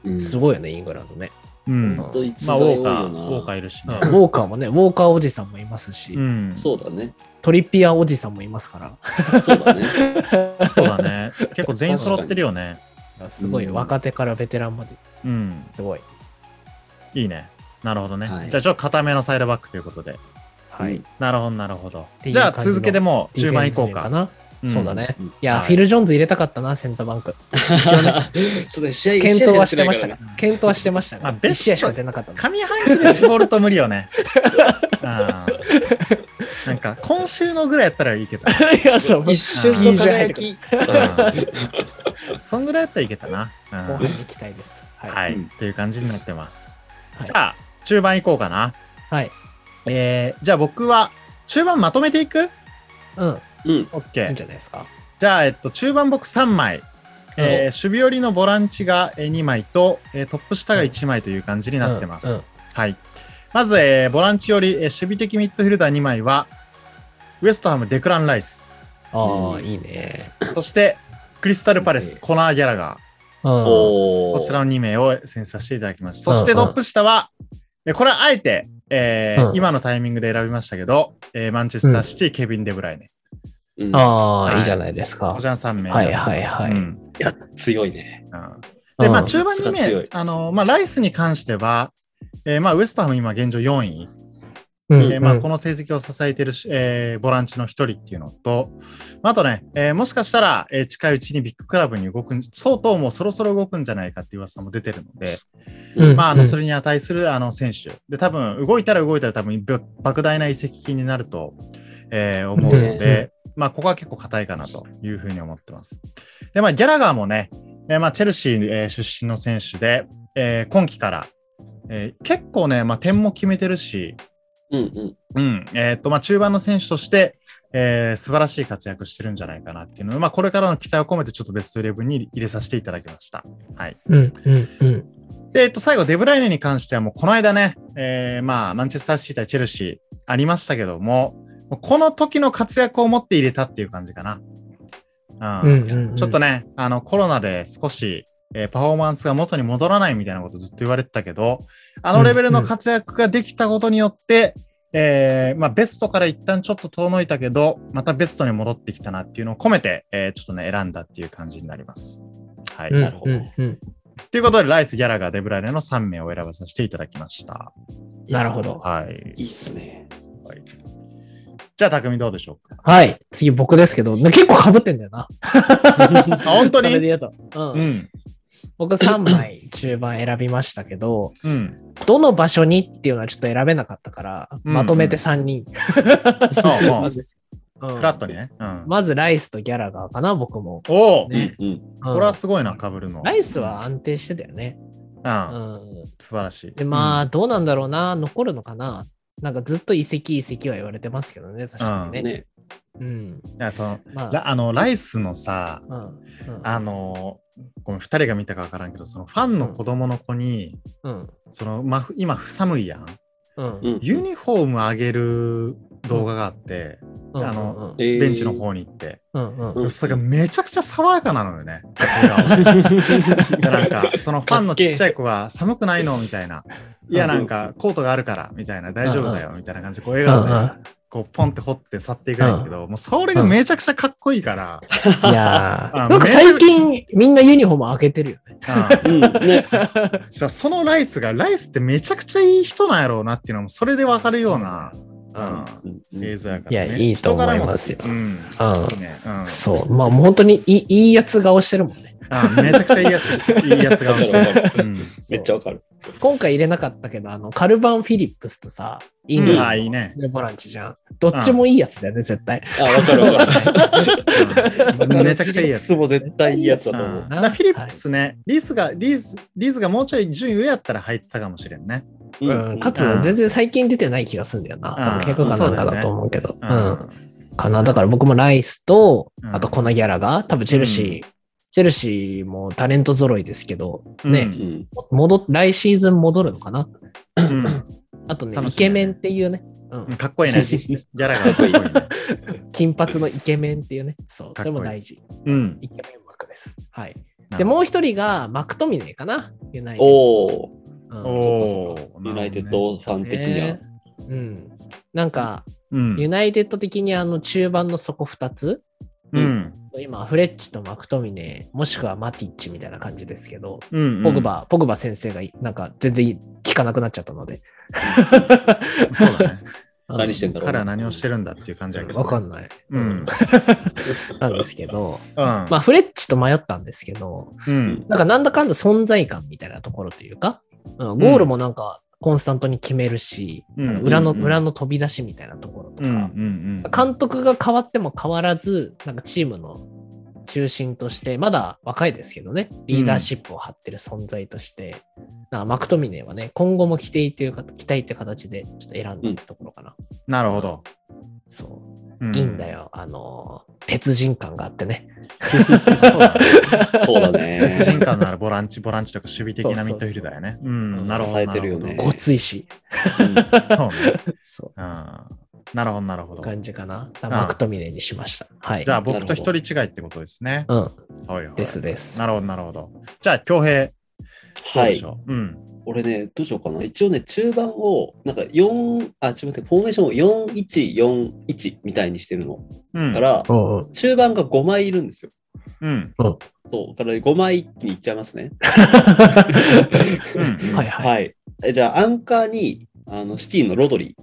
S4: うん
S1: すごいよね、イングランドね。
S3: うん。
S1: ま
S3: ま
S1: あ
S3: あ、
S4: 本
S1: ウ
S4: 当逸
S3: ウ
S4: 材多い
S3: ォー
S4: よ
S3: カ
S4: な
S3: ー、ウォーカーいるし
S1: ウ
S3: ね。
S1: ォーカーもね、ウォーカーおじさんもいますし、
S3: うん。そ
S4: そうだね。
S1: トリピアおじさんもいますか
S4: そうだね。
S3: うだね。結構全員揃ってるよね。
S1: ら、すごい
S4: うん
S1: 若手からベテランまで、
S3: うん。
S1: すごい。
S3: いいね。なるほどね。
S4: はい
S3: じゃあ、ちょっと固めのサイドバックということで。
S1: はい。
S3: なるほど、なるほど。
S1: ていう
S3: じゃあ、
S1: 感じの
S3: 続けてもう
S1: ディ
S3: 10
S1: フェ
S3: 番
S1: ン
S3: い
S1: ス
S3: こ
S1: 陣
S3: うか。
S1: な。
S3: ん
S1: そうだ。ね
S4: うん。
S1: いや、
S3: はい
S1: フィル・ジョーンズ入れたかったな、センターバンク。
S4: そうだね、試合
S1: 検討はしてました
S4: ね
S1: ね。検討はしてましたね。
S3: まあベ
S1: 1
S3: スト
S1: 試合しか出なかったの。
S3: 上半期で絞ると無理よね。あーなんか、今週のぐらいやったらいけた。
S1: いや、そう。
S4: 一
S1: 後
S4: 瞬の輝きとか。
S3: うんそんぐらいやったらいけたな。うん
S1: 半に期待です。はい。
S3: はい、
S4: うん
S3: という感じになってます。
S1: はい
S3: じゃあ、中盤いこうかな。
S1: はい。
S3: えー、じゃあ僕は、中盤まとめていく
S1: うん。
S4: うん。
S1: いいん
S3: ?OK
S1: じ。ゃないですか。
S3: じゃあ、えっと、中盤僕3枚。えー守備寄りのボランチが2枚と、えートップ下が1枚という感じになってます。
S1: うんうん
S3: はい。まず、えーボランチ寄り、えー守備的ミッドフィルダー2枚は、ウエストハム、デクラン・ライ ス。
S1: ああ、いいね。
S3: そして、クリスタル・パレス、コナー・ギャラガー。
S1: うん。
S4: お
S3: こ
S4: ー
S3: ちらの2名を選出させていただきました。そして
S1: うんうん
S3: トップ下は、えこれはあえて、えー
S1: うん
S3: 今のタイミングで選びましたけど、えーマンチェスターシティ、ケビン・デブライネ。
S4: うん
S1: あ
S3: は
S1: あ、
S3: い
S1: いいじゃないですか
S3: こち。らの3名。
S1: はいはいはい
S3: うん
S4: いや、強いね。
S3: うんで、
S1: う
S3: まあ
S1: ん
S3: 中盤2
S4: さすが強
S3: 名
S4: い、
S3: あの、まあライスに関しては、えーまあウエストハム今現状4位。
S1: うん
S3: えーまあ、この成績を支えているし、えーボランチの一人っていうのと、まあ、あとね、えーもしかしたら、えー近いうちにビッグクラブに動くん、相当もうそろそろ動くんじゃないかっていう噂も出てるので、
S1: うん
S3: まあ、あの
S1: うん
S3: それに値するあの選手で多分動いたら動いたら多分ば莫大な移籍金になると、えー思うので、まあ、ここは結構硬いかなというふうに思ってます。で、まあ、ギャラガーもね、えーまあ、チェルシー、えー出身の選手で、えー今季から、えー結構ね、まあ、点も決めてるし、
S4: うんうん。
S3: うんえーとまあ、中盤の選手として、えー素晴らしい活躍してるんじゃないかなっていうのを、まあ、これからの期待を込めてちょっとベストイレブンに入れさせていただきました。はい
S1: うんうんうん。
S3: で、えっと、最後、デブライネに関しては、もうこの間ね、えーまあ、マンチェスターシティ対チェルシーありましたけども、もうこの時の活躍を持って入れたっていう感じかな。うん。
S1: うんうんうん
S3: ちょっとね、あの、コロナで少し、えーパフォーマンスが元に戻らないみたいなことずっと言われてたけど、あのレベルの活躍ができたことによって、えーまあ、ベストから一旦ちょっと遠のいたけど、またベストに戻ってきたなっていうのを込めて、えーちょっとね、選んだっていう感じになります。はい。
S1: うん
S4: なるほど
S1: うんうん
S3: ということで、ライス、ギャラガー、デブライネの3名を選ばさせていただきました。
S1: なるほど。
S3: はい。
S4: いいっすね。
S3: じゃあ、匠どうでしょうか
S1: はい。次僕ですけど、結構被ってんだよな。
S3: あ本当
S1: それで
S3: に
S1: 言うと。うん
S3: うん。
S1: 僕3枚中盤選びましたけど、
S3: うん。
S1: どの場所にっていうのはちょっと選べなかったから、
S3: うん
S1: まとめて3人。
S3: そう
S1: な
S3: も
S1: ん
S3: う、
S1: ですうん
S3: フラットにね。うん。
S1: まずライスとギャラガーかな、僕も。
S3: おお、
S1: ね
S4: うんうん。
S1: うん
S3: これはすごいな、かぶるの。
S1: ライスは安定してたよね。
S3: う。
S1: うんん。
S3: 素晴らしい。
S1: で、まあ、どうなんだろうな、残るのかな。なんかずっと遺跡遺跡は言われてますけどね、確かにね。
S4: ね。
S1: うん。
S3: うん、いやその
S1: まあ、
S3: ラあの、ライスのさ、
S1: うんうん
S3: あの、ごめん、2人が見たか分からんけど、そのファンの子供の子に、
S1: うん。
S3: その、ま、今、寒いやん。
S1: うん。
S4: うん
S3: ユニフォームあげる動画があって、
S1: うん
S3: あの
S1: うん
S4: えー
S3: ベンチの方に行って、
S1: うんうん
S4: うん
S3: それがめちゃくちゃ爽やかなのよね。 笑顔でなんか、そのファンのちっちゃい子が寒くないのみたいな。いや、なんかコートがあるから、みたいな、大丈夫だよ、みたいな感じで、こう笑顔で、こうポンって掘って去っていくんだけど、もうそれがめちゃくちゃかっこいいから、
S1: いや
S3: あ
S1: ー なんか最近みんなユニフォーム開けてるよね。
S3: うん
S4: うんね、
S3: じゃあそのライスが、ライスってめちゃくちゃいい人なんやろうなっていうのも、それでわかるような、うん
S4: うん
S3: 映像やから、ね。
S1: いやいいと思いますよ
S3: 人柄も好き
S1: うん
S3: うん。いいね。うん。
S1: そう。まあもう本当にいいいいやつ顔してるもんね。
S3: あめちゃくちゃいいやつし、いいやつ顔して
S4: わかるわ
S3: る。うん。
S4: めっちゃわかる。
S1: 今回入れなかったけど、あの、カルバン・フィリップスとさ、イング
S3: うんあ
S1: ラ
S3: あい
S1: ン
S3: い
S1: ド
S3: ね
S1: のボランチじゃん。どっちもいいやつだよね、絶対。
S4: あ、わかるわか
S3: うん
S4: る。
S3: めちゃくちゃいいや
S4: フィリック
S3: つ。
S4: スも絶対いいやつだと思
S3: う。
S4: うん
S3: だからフィリップスね、リースが、リース、リースがもうちょい順位上やったら入ってたかもしれんね。
S1: う。
S4: うんん
S1: かつ
S3: うん、
S1: 全然最近出てない気がするんだよな
S3: うん。
S1: 結構かなんか
S3: そうだよね
S1: だと思うけど。
S3: う
S1: うん。。かな。だから僕もライスと、
S3: うん
S1: あとこのギャラが、多分チェルシー、
S3: うん
S1: チェルシーもタレント揃いですけど、ね
S3: うん
S4: うん
S1: 戻っ、来シーズン戻るのかな
S3: うん
S1: あとね、
S3: 楽
S1: イ
S3: しみ
S1: ケ
S3: だね
S1: メンっていうね、うん
S3: うんかっこい いね。ギャラがかっこいいね。
S1: 金髪のイケメンっていうね、そう、
S3: かっこいい
S1: それも大事。
S3: うん。
S1: イケメン枠です。はい。
S3: な
S1: で、
S3: る
S1: も
S3: ほど
S1: う一人がマクトミネーかなユナイテッ
S4: おお、
S1: ド。うん
S3: おー
S4: ユナイテッ。
S3: なるほどね
S4: ドファン的には
S1: ね。うん。なんか、
S3: うん
S1: ユナイテッド的にあの中盤の底2つ、
S3: うん。
S1: 今、フレッチとマクトミネー、もしくはマティッチみたいな感じですけど、
S3: うんうん
S1: ポグバ、ポグバ先生がいなんか全然聞かなくなっちゃったので。
S3: そうだね。
S4: 何してんだろう。
S3: 彼は何をしてるんだっていう感じやけど。
S1: わかんない。
S3: うん。
S1: なんですけど、
S3: ま
S1: まあ、フレッチと迷ったんですけど、
S3: うん。
S1: なんかなんだかんだ存在感みたいなところというか、うん、ゴールもなんかコンスタントに決めるし、
S3: うん
S1: あの裏の、
S4: うんうん
S1: 裏の飛び出しみたいなところと
S3: うん。
S1: か、
S3: うん。
S1: 監督が変わっても変わらず、なんかチームの中心として、まだ若いですけどね、リーダーシップを張ってる存在として、なんかマクトミネはね、今後も規定というか、期待って形でちょっと選んだってところかな。
S3: なるほど。
S1: そう。
S3: う
S1: いいんだ。よ。あのー、鉄人感があってね。
S3: そう だね
S4: そう だ
S3: 別
S4: ね。
S3: 人感のあるボランチ、ボランチとか守備的なミッドフィルダーやね。うん。なるほど。
S4: 支えてるよね
S1: ごついし。
S3: なるほどそうね
S1: そう。
S3: うんなるほど、なるほど。
S1: 感じかな。だから
S3: うん
S1: マクトミネにしました。はい。
S3: じゃあ、僕と一人違いってことですね。
S1: うん。
S3: はいはい
S1: ですです。
S3: なるほど、なるほど。じゃあ、恭平、どう
S4: は
S3: で
S4: い
S3: し。ょう。うん。
S4: 俺ね、どうしようかな。一応ね、中盤を、なんか4、あ、ちょっと待って、フォーメーションを4141みたいにしてるの。
S3: うん
S4: か。ら、
S1: うんうん
S4: 中盤が5枚いるんですよ。
S3: うん。
S4: そう。だから5枚一気にいっちゃいますね。
S3: うん。
S1: はいはい。
S4: はい。えじゃあ、アンカーに、あの、シティのロドリ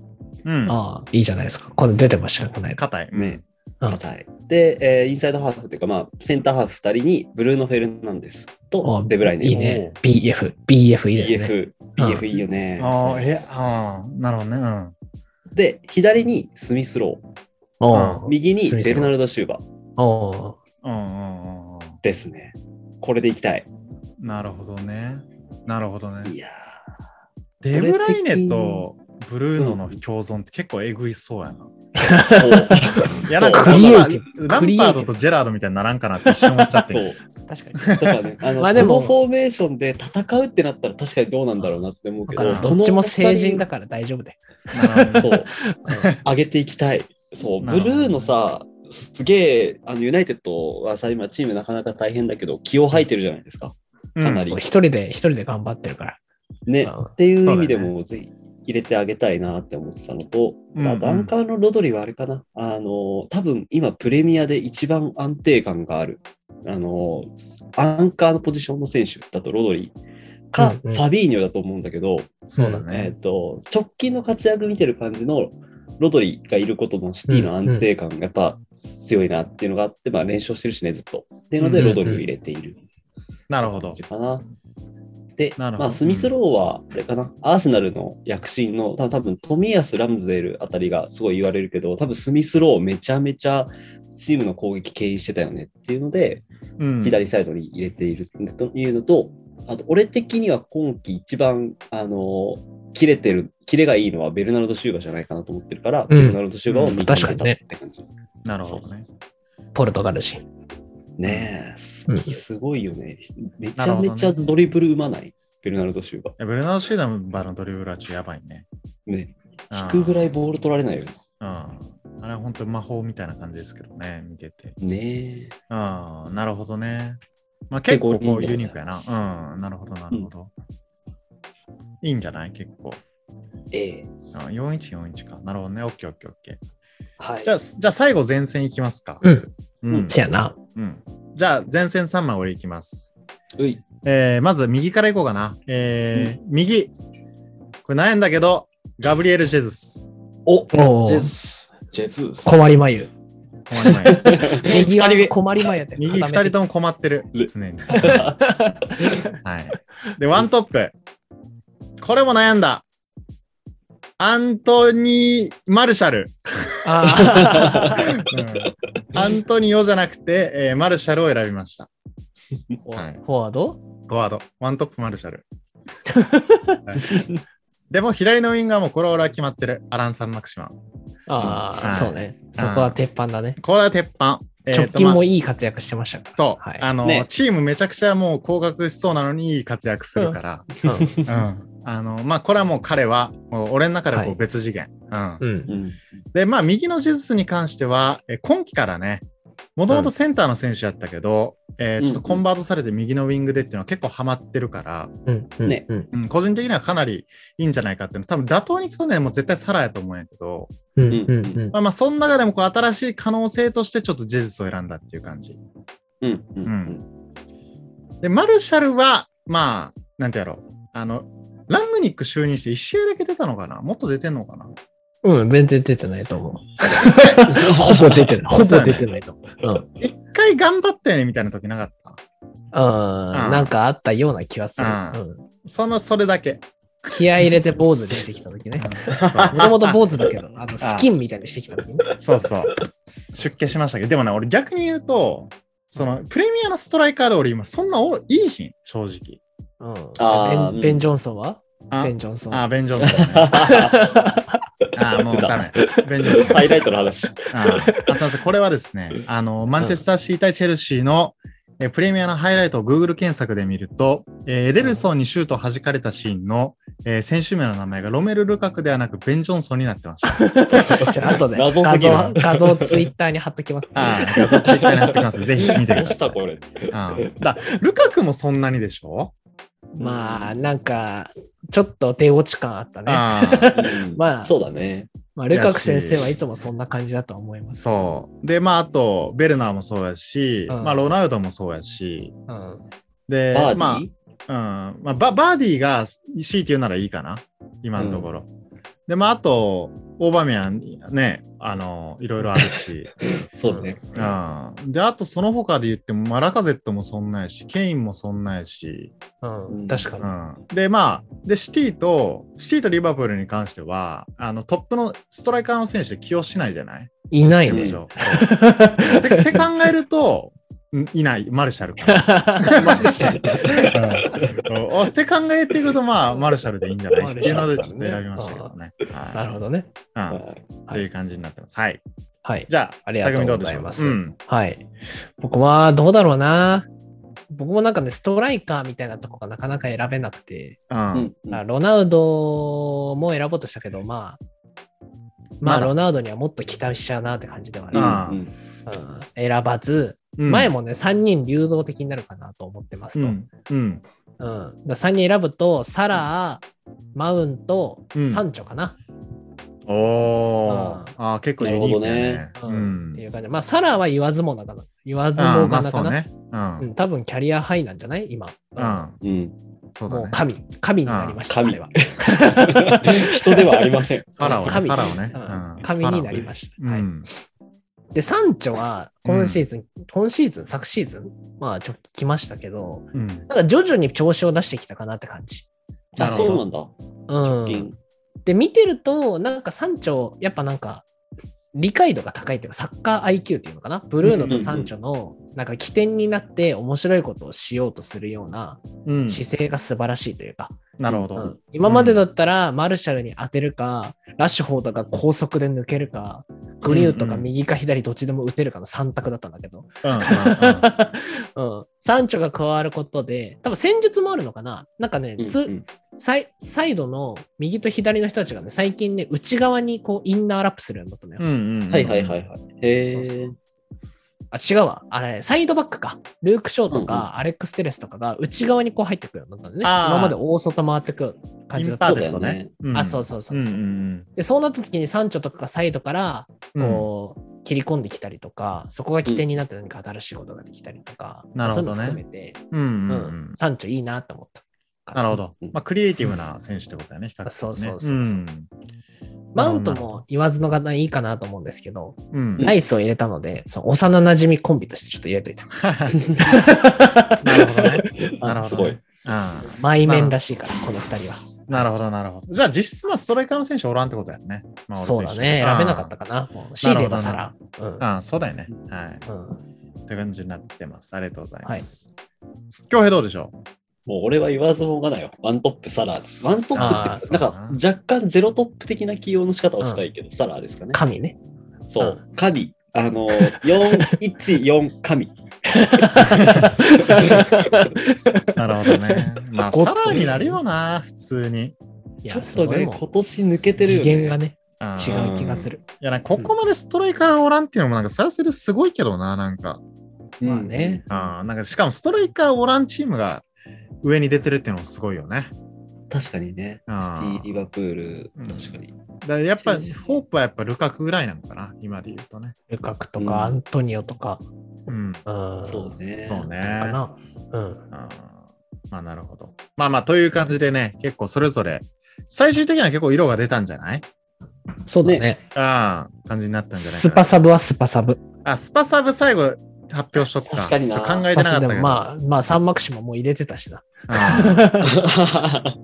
S3: うん。
S1: ああ、いいじゃないですか。これ出てましたね、この間。
S3: 硬い。
S4: ね。
S1: うん
S4: 硬い。で、えーインサイドハーフっていうか、まあ、センターハーフ2人に、ブルーノ・フェルナンデス
S1: あ
S4: と
S1: あ、
S4: デブライネ。
S1: いいね。BF。BF いいですね。う
S4: BF、
S1: ん
S4: BF いいよね。
S3: ああ、え、ああ、なるほどね。うん。
S4: で、左にスミスロ
S1: お
S4: ー、
S1: お
S4: 右に
S1: スミスロー
S4: ベルナルド・シューバー
S1: おう
S3: うんうんうんうん。
S4: ですね。これでいきたい。
S3: なるほどね。なるほどね
S4: い。や
S3: デブライネとブルーノの共存って結構えぐいそうやな。
S4: ー、そう。
S3: いや、なんか、
S1: クリエイティブ
S3: ランパ
S1: クリエイティ
S3: ー
S1: ブ
S3: ドとジェラードみたいにならんかなって一瞬思っちゃって
S4: そ
S3: る。
S4: う。
S1: 確かに。
S4: だからね、あの、
S1: まあでも
S4: このフォーメーションで戦うってなったら確かにどうなんだろうなって思う
S1: だ
S4: け
S1: か
S4: ど
S1: ら、、どっちも成人だから大丈夫だよ。
S3: なるほど
S4: そう。上げていきたい。そう。
S3: な
S4: ブ
S3: る
S4: ル
S3: ほどね
S4: ーのさ、すげえ、あの、ユナイテッドはさ、今チームなかなか大変だけど、気を吐いてるじゃないですか。
S3: うん
S4: かなり
S1: もう一人で、一人で頑張ってるから。
S4: ね。
S1: うん
S4: っていう意味で
S3: そうだ
S4: も、ぜひ入れてあげたいなって思ってたのと、
S3: うん
S4: あとアンカーのロドリはあれかな。あの、多分今プレミアで一番安定感がある。あの、アンカーのポジションの選手だとロドリか、
S1: うんうん
S4: ファビーニョだと思うんだけど、
S3: そうだ
S4: えっ、
S3: ね。
S4: と、直近の活躍見てる感じのロドリがいることのシティの安定感がやっぱ強いなっていうのがあって、まあ練習してるしね、ずっと。っていうので、
S3: うんうん
S1: う
S4: ロ
S1: ん
S4: ドリを入れている
S3: なるほ
S4: 感
S3: ど
S4: じ。かな。で、
S3: なるほど
S4: まあ、スミスローは、あれかな、アーセナルの躍進の、多分多分富安、ラムズデールあたりがすごい言われるけど、多分スミスローめちゃめちゃチームの攻撃牽引してたよねっていうので、
S3: うん
S4: 左サイドに入れているというのと、あと俺的には今季一番、あの切れてる、切れがいいのはベルナルド・シューバーじゃないかなと思ってるから、
S1: うん
S4: ベルナルド・シューバーを見てあげたって感じ。
S3: なるほどね。
S1: ポルトガル人。
S4: ねえ、
S1: う
S4: 好
S1: ん
S4: きすごいよね。めち
S3: なる
S4: ゃ
S3: ほど
S4: め
S3: ね
S4: ちゃドリブル生まない、ベルナルド・シューバ
S3: いやブルーノ・シーダムバーのドリブルはちょっとやばいね。
S4: ー。ね
S3: あー
S4: 引くぐらいボール取られないよね。
S3: うん。あれは本当魔法みたいな感じですけどね、見てて。
S4: ねえ。
S3: ああ、なるほどね。まあ結構こ
S4: 結構
S3: う
S4: いいんだよね
S3: ユニークやな。うん、なるほど、なるほど。いいんじゃない結構。
S4: ええ。
S3: あ41、41か。なるほどね。オッケーオッケーオッケー。
S4: はい。
S3: じゃあ、じゃあ最後前線いきますか。
S1: うん。
S3: うん。
S4: うん
S1: せやな。
S3: うんじゃあ前線3枚俺いきます。
S4: うい。
S3: えーまず右からいこうかな。えー右。これ悩んだけど、ガブリエル・ジェズス。
S4: お
S1: おお
S4: ジェ。ズス。ジェズス。
S1: 困りまゆ。
S3: お前前
S1: 右は
S4: 二人目
S1: 困りまゆって
S3: 右2人とも困ってる。常に。はい。で、ワントップ。これも悩んだ。アントニー・マルシャル。
S1: あ
S3: うんアントニオじゃなくて、えーマルシャルを選びました。
S1: あ。
S3: はい
S1: フォワード
S3: フォワード。ワントップマルシャル。はいでも左のウィンガーもこれ俺は決まってる。アランサン・マクシマン。
S1: ああ、
S3: はい
S1: そうね。そこは鉄板だね。
S3: これは鉄板。えー
S1: 直
S3: と
S1: 近
S3: ま
S1: も
S3: あ
S1: いい活躍してましたから。
S3: そう、
S1: はい
S3: あの、
S4: ね
S3: チームめちゃくちゃもう降格しそうなのにいい活躍するから、
S1: う
S3: うんあのまあこれはもう彼はもう俺の中ではこ
S1: は
S3: う
S1: い
S3: 別次元、うん
S1: ん。うん。
S4: うん。
S3: でまあ右のジェズスに関してはえ今季からねもともとセンターの選手やったけど、えーちょっとコンバートされて右のウィングでっていうのは結構ハマってるから、
S1: うん。うん
S4: ね。
S1: うん
S3: うん個人的にはかなりいいんじゃないかっていうの多分妥当に聞くねもう絶対サラやと思うんやけど、
S1: うん。うん。
S3: まあ、まあその中でもこう新しい可能性としてちょっとジェズスを選んだっていう感じ
S4: うん。うん
S3: う。でマルシャルはまあなんてやろうあのラングニック就任して1試合だけ出たのかなもっと出てんのかな
S1: うん。うん。全然出てないと思う。ほぼ出てない。ほぼ出てないと思う。うん。
S3: 一回頑張ったよねみたいな時なかった
S1: あ
S3: う
S1: あ、
S3: ん
S1: なんかあったような気はする。
S3: う
S1: うん。
S3: そのそれだけ。
S1: 気合い入れて坊主にしてきた時 ね。もと
S3: そ
S1: もと坊主だけど、あのスキンみたいにしてきた時ね。
S3: うそうそう。出家しましたけど、でもね、俺逆に言うと、そのプレミアのストライカーで俺今そんなおいいひん、正直。
S1: うん。
S4: あー
S1: ベ
S4: う
S1: ン
S4: ん
S1: ベン・ジョンソンは
S3: あ
S1: ベン・ジョンソン。
S3: あ、ベンジョンソンね、あ、もうダメ。ベンジョンソン
S4: ハイライトの話。
S3: ああすいません、これはですね、あの、マンチェスターシー対チェルシーの、えプレミアのハイライトを Google 検索で見ると、えーエデルソンにシュートを弾かれたシーンの、えー選手名の名前がロメル・ルカクではなくベン・ジョンソンになってまし た。
S1: じゃあ、後で
S4: 謎
S1: 画
S4: すぎる
S1: 像、画像ツイッターに貼っときます、
S3: ああ、画像ツイッターに貼っておきます。ぜひ見てく
S4: ど
S3: だ
S4: うし
S3: さい
S4: た。これ。
S3: うんだルカクもそんなにでしょ、
S1: まあ、なんか、ちょっと手落ち感あったね。
S3: ああ
S4: うん
S1: まあ
S4: そうだね。
S1: まあ、ルカク先生はいつもそんな感じだと思います。
S3: そう。で、まあ、あと、ベルナーもそうやし、
S1: うん
S3: まあ、ロナウドもそうやし、
S1: うん。
S3: で、
S4: バーディー、
S3: まあ、うんまあ、ババーディーが強いて言うならいいかな、今のところ。で、まあ、あと、オーバーミャンね、あの、いろいろあるし、
S4: そうだね。
S3: うん、で、あと、その他で言っても、マラカゼットもそんなやし、ケインもそんなやし、
S1: う。
S4: うんん
S1: 確かに
S3: う。ん、でまあでシティとシティとリバプールに関してはあのトップのストライカーの選手で起用しないじゃない
S1: いない
S3: 現
S1: ね。
S3: 状ってって考えるとんいないマルシャルかな うんうんって考えていくとまあマルシャルでいいんじゃないっていうのでちょっと選びましたけどね。
S1: なる
S3: は
S1: ほどね。
S3: いうん
S4: はい
S3: という感じになってます。はい。
S1: はい。
S3: じゃあ、
S1: ありがとうございます
S3: 匠どうでしょう
S1: はい。僕はどうだろうな。僕もなんかね、ストライカーみたいなとこがなかなか選べなくて、
S3: うん。うん。
S4: うん
S1: まあロナウドも選ぼうとしたけど、まあ、まあ、
S3: まだ
S1: ロナウドにはもっと期待しちゃうなって感じでは
S4: うん
S1: ね、
S3: あ
S4: う
S1: う
S4: ん
S1: ん選ばず、
S3: うん
S1: 前もね、3人流動的になるかなと思ってます
S3: う
S1: と。
S3: ん。うん。
S1: うん、だ3人選ぶと、サラー、マウント、
S3: うん
S1: サンチョかな、
S3: お
S1: う
S3: お
S1: ん。
S3: ああ、結構ユニークだね。
S1: う
S3: うん
S1: って
S3: ん。
S1: いう感じで、まあ、サラーは言わずもなかな。言わず
S3: あ
S1: も
S3: あま
S1: が
S3: あ
S1: なか
S3: そう
S1: な。
S3: ね。うん
S1: うん、多分キャリアハイなんじゃない今。
S3: うん。
S4: うん
S3: そうだ
S1: もう
S3: ね。
S1: 神、神になりました、
S4: うん
S1: 彼は。
S4: 人ではありません。
S3: パラオね。
S1: 神
S3: パラオね。
S1: うん
S3: うん
S1: 神になりました。
S3: パラオ
S1: はい、
S3: うん
S1: で、サンチョは今シーズン、今シーズン、昨シーズン、まあ、ちょっと来ましたけど、
S3: うん。
S1: なんか徐々に調子を出してきたかなって感じ。
S3: な
S4: あ、
S3: るほど
S4: そうなんだ。
S1: うん、で、見てると、なんかサンチョ、やっぱなんか、理解度が高いっていうか、サッカー IQ っていうのかな。ブルーノとサンチョのなんか起点になって面白いことをしようとするような
S3: うん。
S1: 姿勢が素晴らしいというか、
S3: なるほ
S1: う
S3: ど
S1: ん。今までだったらマルシャルに当てるか、ラッシュフォードが高速で抜けるか、グリューとか右か左どっちでも打てるかの3択だったんだけど、
S3: うんうんうん
S1: うん、サンチョが加わることで、多分戦術もあるのかな。なんかね、つ
S4: うん
S1: サイサイドの右と左の人たちがね、最近ね、内側にこうインナーラップするようになったのよ。
S3: うんうんうん
S4: はいはいはいはい。へ
S1: そうそ
S4: え
S1: う。あ違うわ。あれ、サイドバックか。ルーク・ショーとか、アレックス・テレスとかが内側にこう入ってくるようになったのね。
S3: あー
S1: 今まで大外回ってくる感
S3: イ
S1: じだ
S3: ン
S1: っ
S3: タ
S1: た
S3: ー
S1: んだ
S3: ネ
S1: よ
S3: ットね。
S1: あ、そうそうそううそう、
S3: ん
S1: で、そうなった時にサンチョとかがサイドから、
S3: うんうん。
S1: こう、切り込んできたりとか、そこが起点になって何か新しいことができたりとか、
S3: なるほどね
S1: そういうの含めて、
S3: うんうん
S1: う
S3: う
S1: ん、
S3: ん
S1: サンチョいいなと思ったから。
S3: なるほど
S4: うん。
S3: まあ、クリエイティブな選手ってことだよね、比較的ね。
S1: そうそうそうそうんマウントも言わずのがないいかなと思うんですけど、
S3: うん。
S1: ナイスを入れたので、その幼馴染コンビとしてちょっと入れといた。
S3: なるほどね。 なるほど、ね。
S4: すごい。
S3: あ
S1: 前面らしいから、この二人は。
S3: なるほど、なるほど。じゃあ実質はストライカーの選手おらんってことだよね。まあ
S1: そうだね。選べなかった。かな。もう C で今更。うん
S3: 俺と一緒ああ、そうだよね。はい。
S1: うん
S3: という感じになってます。ありがとうございます。今日どうでしょ
S4: もう俺は言わずもがないよ。ワントップサラーです。ワントップ
S1: あー
S4: って
S3: そう
S4: なん
S3: だな
S4: か若干ゼロトップ的な起用の仕方をしたいけど、サラーですかね。
S1: 神 ね。
S4: そう、神。あの、414神。
S3: うなるほどね。まあ、
S1: ゴ
S3: サ
S1: ッ
S3: ラ
S1: ドですね
S3: ーになるよな、普通に。
S1: いや
S4: ちょっ
S1: す
S4: と
S1: ごい
S4: ね、
S1: もん
S4: 今年抜けてるよ、ね。
S1: 次元がね、
S3: 違
S1: 違う気がする。
S3: いや、なんかここまでストライカーおらんっていうのも、なんか、それはそれですごいけどな、なんか。
S4: うん
S1: まあね。。
S3: あーなんか、しかもストライカーおらんチームが上に出てるっていうのもすごいよね。
S4: 確かにね。シテ
S3: あー
S4: ィ・リバプール
S3: うん、
S4: 確かに。
S3: だからやっぱ、ホープはやっぱルカクぐらいなのかな、今で言うとね。
S1: ルカクと
S4: うん
S1: かアントニオとか。
S3: うん。
S1: うん
S4: そうね。
S3: そう ね。
S1: かな。うん。
S3: あーまあ、なるほど。まあまあ、という感じでね、結構それぞれ、最終的には結構色が出たんじゃない
S1: そうだね。
S3: ああ、感じになったんじゃないかな
S1: スパサブはスパサブ。
S3: あ、スパサブ最後発表しとくか。
S4: 確かにな
S3: ちょっと考え
S1: スパ
S3: てなか
S1: サ
S3: った
S1: ブで
S3: けど。
S1: もまあ、まあ、サンマクシマも入れてたしな。
S3: あー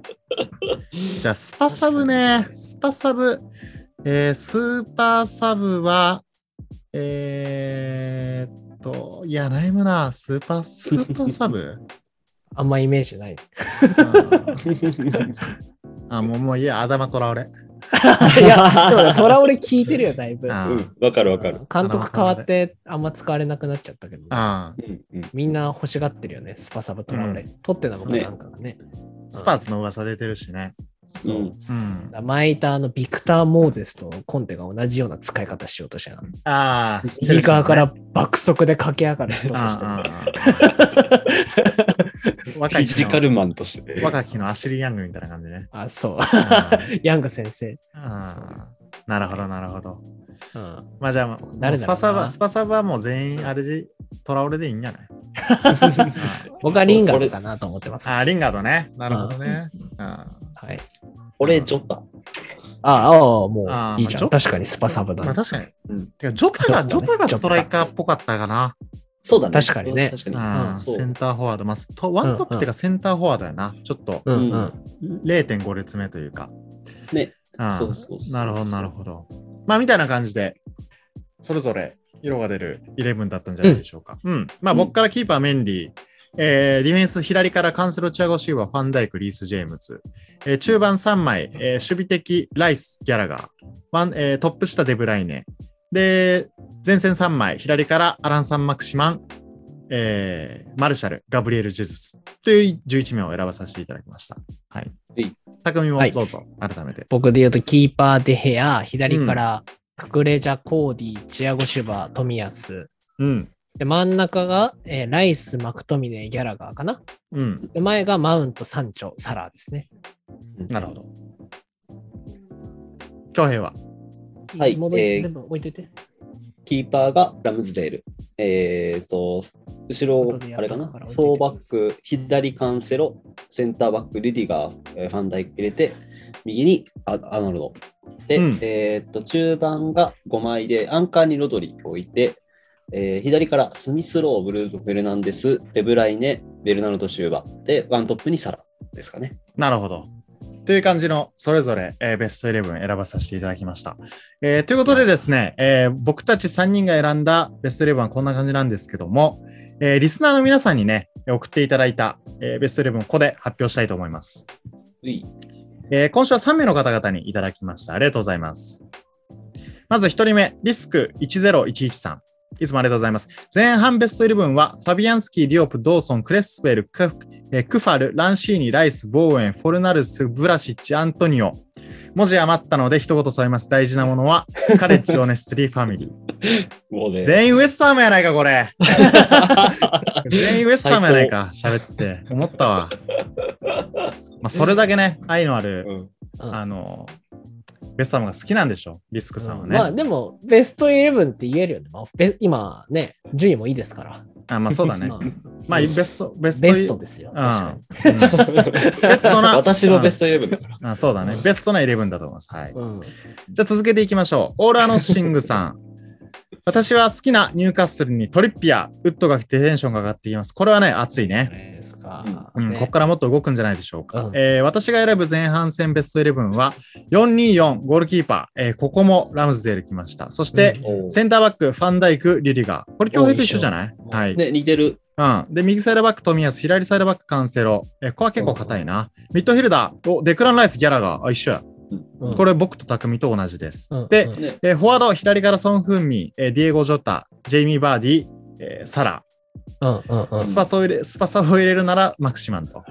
S3: じゃあ、スパサブね。スパサブ。えースーパーサブは、えーっと、いや、悩むな。スーパー、スーパーサ ブ
S1: あんまイメージない。
S3: あーあ、もう、もういいや、頭とら俺。
S1: いや、でもねトラオレ聞いてるよ、だいぶ。
S3: あ
S4: う
S3: ー
S4: ん、わかるわかる。
S1: 監督変わってあんま使われなくなっちゃったけど、
S3: あー
S4: うんうん
S1: みんな欲しがってるよね、スパサブトラオレ。
S3: う
S1: 取ってな僕なんかがね。
S3: スパーズの噂出てるしね。
S1: そうう。
S4: ん
S3: うん。
S1: 前いたあのビクター・モーゼスとコンテが同じような使い方しようとしたな。
S3: あ あ、
S1: 右側から爆速で駆け上がる人として
S3: あ
S1: ね。
S3: ー。若
S4: フィ
S3: い
S4: ジ
S3: 時
S4: カ
S3: の
S4: ルマンとして。
S3: 若きのアシュリー・ヤングみたいな感じね。
S1: あ、そう。
S3: あー
S1: ヤング先生。
S3: あーなるほど、なるほど。
S1: うん。
S3: まあじゃあ、もう
S1: 誰だろうな
S3: スパサバ、スパサバはもう全員あれで、トラオレでいいんじゃない
S1: 僕はリンガーかなと思ってます。
S3: あー、リンガードね。なるほどね。あー
S1: はい。
S4: 俺、ジョタ。
S1: ああ、も
S3: あ
S1: ういい
S3: まあ
S1: じゃ
S3: ちょ
S1: ん。確かにスパサブだ
S3: まあ
S1: ね。
S3: 確かに。
S4: うん
S3: てか、ジョタが、
S1: ジ
S3: ジ
S1: ョタね
S3: ョタがストライカーっぽかったかな。
S4: そうだね。
S1: 確かにね
S4: 確かに。
S3: あー
S4: そう
S3: センターフォワード。まあ、とワントップっていうかセンターフォワードやな。ちょっと
S1: うんう
S4: うん
S1: ん。
S3: 0.5列目というか。
S4: ね。
S3: あー
S4: そうそうそう
S3: なるほど、なるほど。まあ、みたいな感じで、それぞれ色が出る11だったんじゃないでしょうか。うん。まあ、
S4: うん
S3: 僕からキーパー、メンディー。えーディフェンス左からカンセロ・チアゴ・シーバー、ファンダイク、リース・ジェームズ。えー中盤3枚、えー守備的、ライス、ギャラガー。ワンえートップ下、デブライネ。で、前線3枚、左からアラン・サン・マクシマン、えーマルシャル、ガブリエル・ジェズスという11名を選ばさせていただきました。はい
S4: はい。
S3: 匠も
S1: はい
S3: どうぞ、改めて。
S1: 僕で言うと、キーパー・デヘア、左からククレジャ・コーディ、チアゴ・シュバ、富安。
S3: うん。
S1: で、真ん中が、えーライス、マクトミネ、ギャラガーかな。
S3: うん。
S1: で、前がマウント、サンチョ、サラーですね。
S3: なるほど。恭平は。
S4: はい
S1: 戻り
S4: えー
S1: 全部置いといて。
S4: キーパーがラムズデール。えー、と、後ろ、あれかな、フォーバック、左カンセロ、センターバック、リディガー、えーファンダイク入れて、右にアアーノルド。で、
S3: うん
S4: えー、と、中盤が5枚で、アンカーにロドリを置いて、えー左からスミスロー、ブルーノ・フェルナンデス、デブライネ、ベルナルド・シューバー。で、ワントップにサラですかね。
S3: なるほど。という感じの、それぞれ、えーベスト11選ばさせていただきました。えーということでですね、えー僕たち3人が選んだベスト11はこんな感じなんですけども、えーリスナーの皆さんにね、送っていただいた、えーベスト11をここで発表したいと思います。
S4: うい
S3: えー今週は3名の方々にいただきました。ありがとうございます。まず1人目、リスク1011さん。いつもありがとうございます。前半ベスト11は、ファビアンスキー、ディオプ、ドーソン、クレスウェル、クえークファル、ランシーニ、ライス、ボーエン、フォルナルス、ブラシッチ、アントニオ。文字余ったので一言添えます。大事なものは、カレッジ・オネストリー・ファミリー。
S4: もうね。
S3: 全員ウエストハムやないか、これ。全員ウエストハムやないか、喋ってて。思ったわ。まあ、それだけね、愛のある
S4: うん
S1: うん
S3: あの、ベストハムが好きなんでしょリスクさんはね。
S1: まあでも、ベスト11って言えるよね。まあベ今ね、順位もいいですから。
S3: あ、まあそうだ ね
S1: ま。あ
S3: まあ、ベスト、ベスト。
S1: ベストですよ。
S3: うん
S1: 確かに。
S3: ベス トな。
S4: 私のベスト11だから。
S3: うんあそうだね。ベストな11だと思います。はい。
S1: うん
S3: じゃあ続けていきましょう。オーラのシングさん。 私は好きなニューカッスルにトリッピア、ウッドが来てテンションが上がっていきます。これはね、熱いね
S1: あ。れですか。
S3: うん、
S1: ね
S3: ここからもっと動くんじゃないでしょうか、
S1: うん
S3: えー私が選ぶ前半戦ベスト11は424ゴールキーパー、えーここもラムズデール来ましたそして、
S4: おう
S3: センターバック、ファンダイク、リュディガー。これ、強兵と一緒じゃない
S1: お一緒
S3: はい。
S4: ね、似てる。
S3: うん。で、右サイドバック、冨安、左サイドバック、カンセロ。え、ここは結構硬いな。ミッドフィルダー、おデクラン・ライス、ギャラガー。あ、一緒や。
S1: うん
S3: これ、僕と匠と同じです。
S1: うん
S3: で、
S1: うん
S4: ね、
S3: えーフォワード、左からソン・フンミン、えーディエゴ・ジョタ、ジェイミー・バーディ、えーサラ。
S1: うんうんうん
S3: スパサを入れ、スパサを入れるなら、マクシマンと。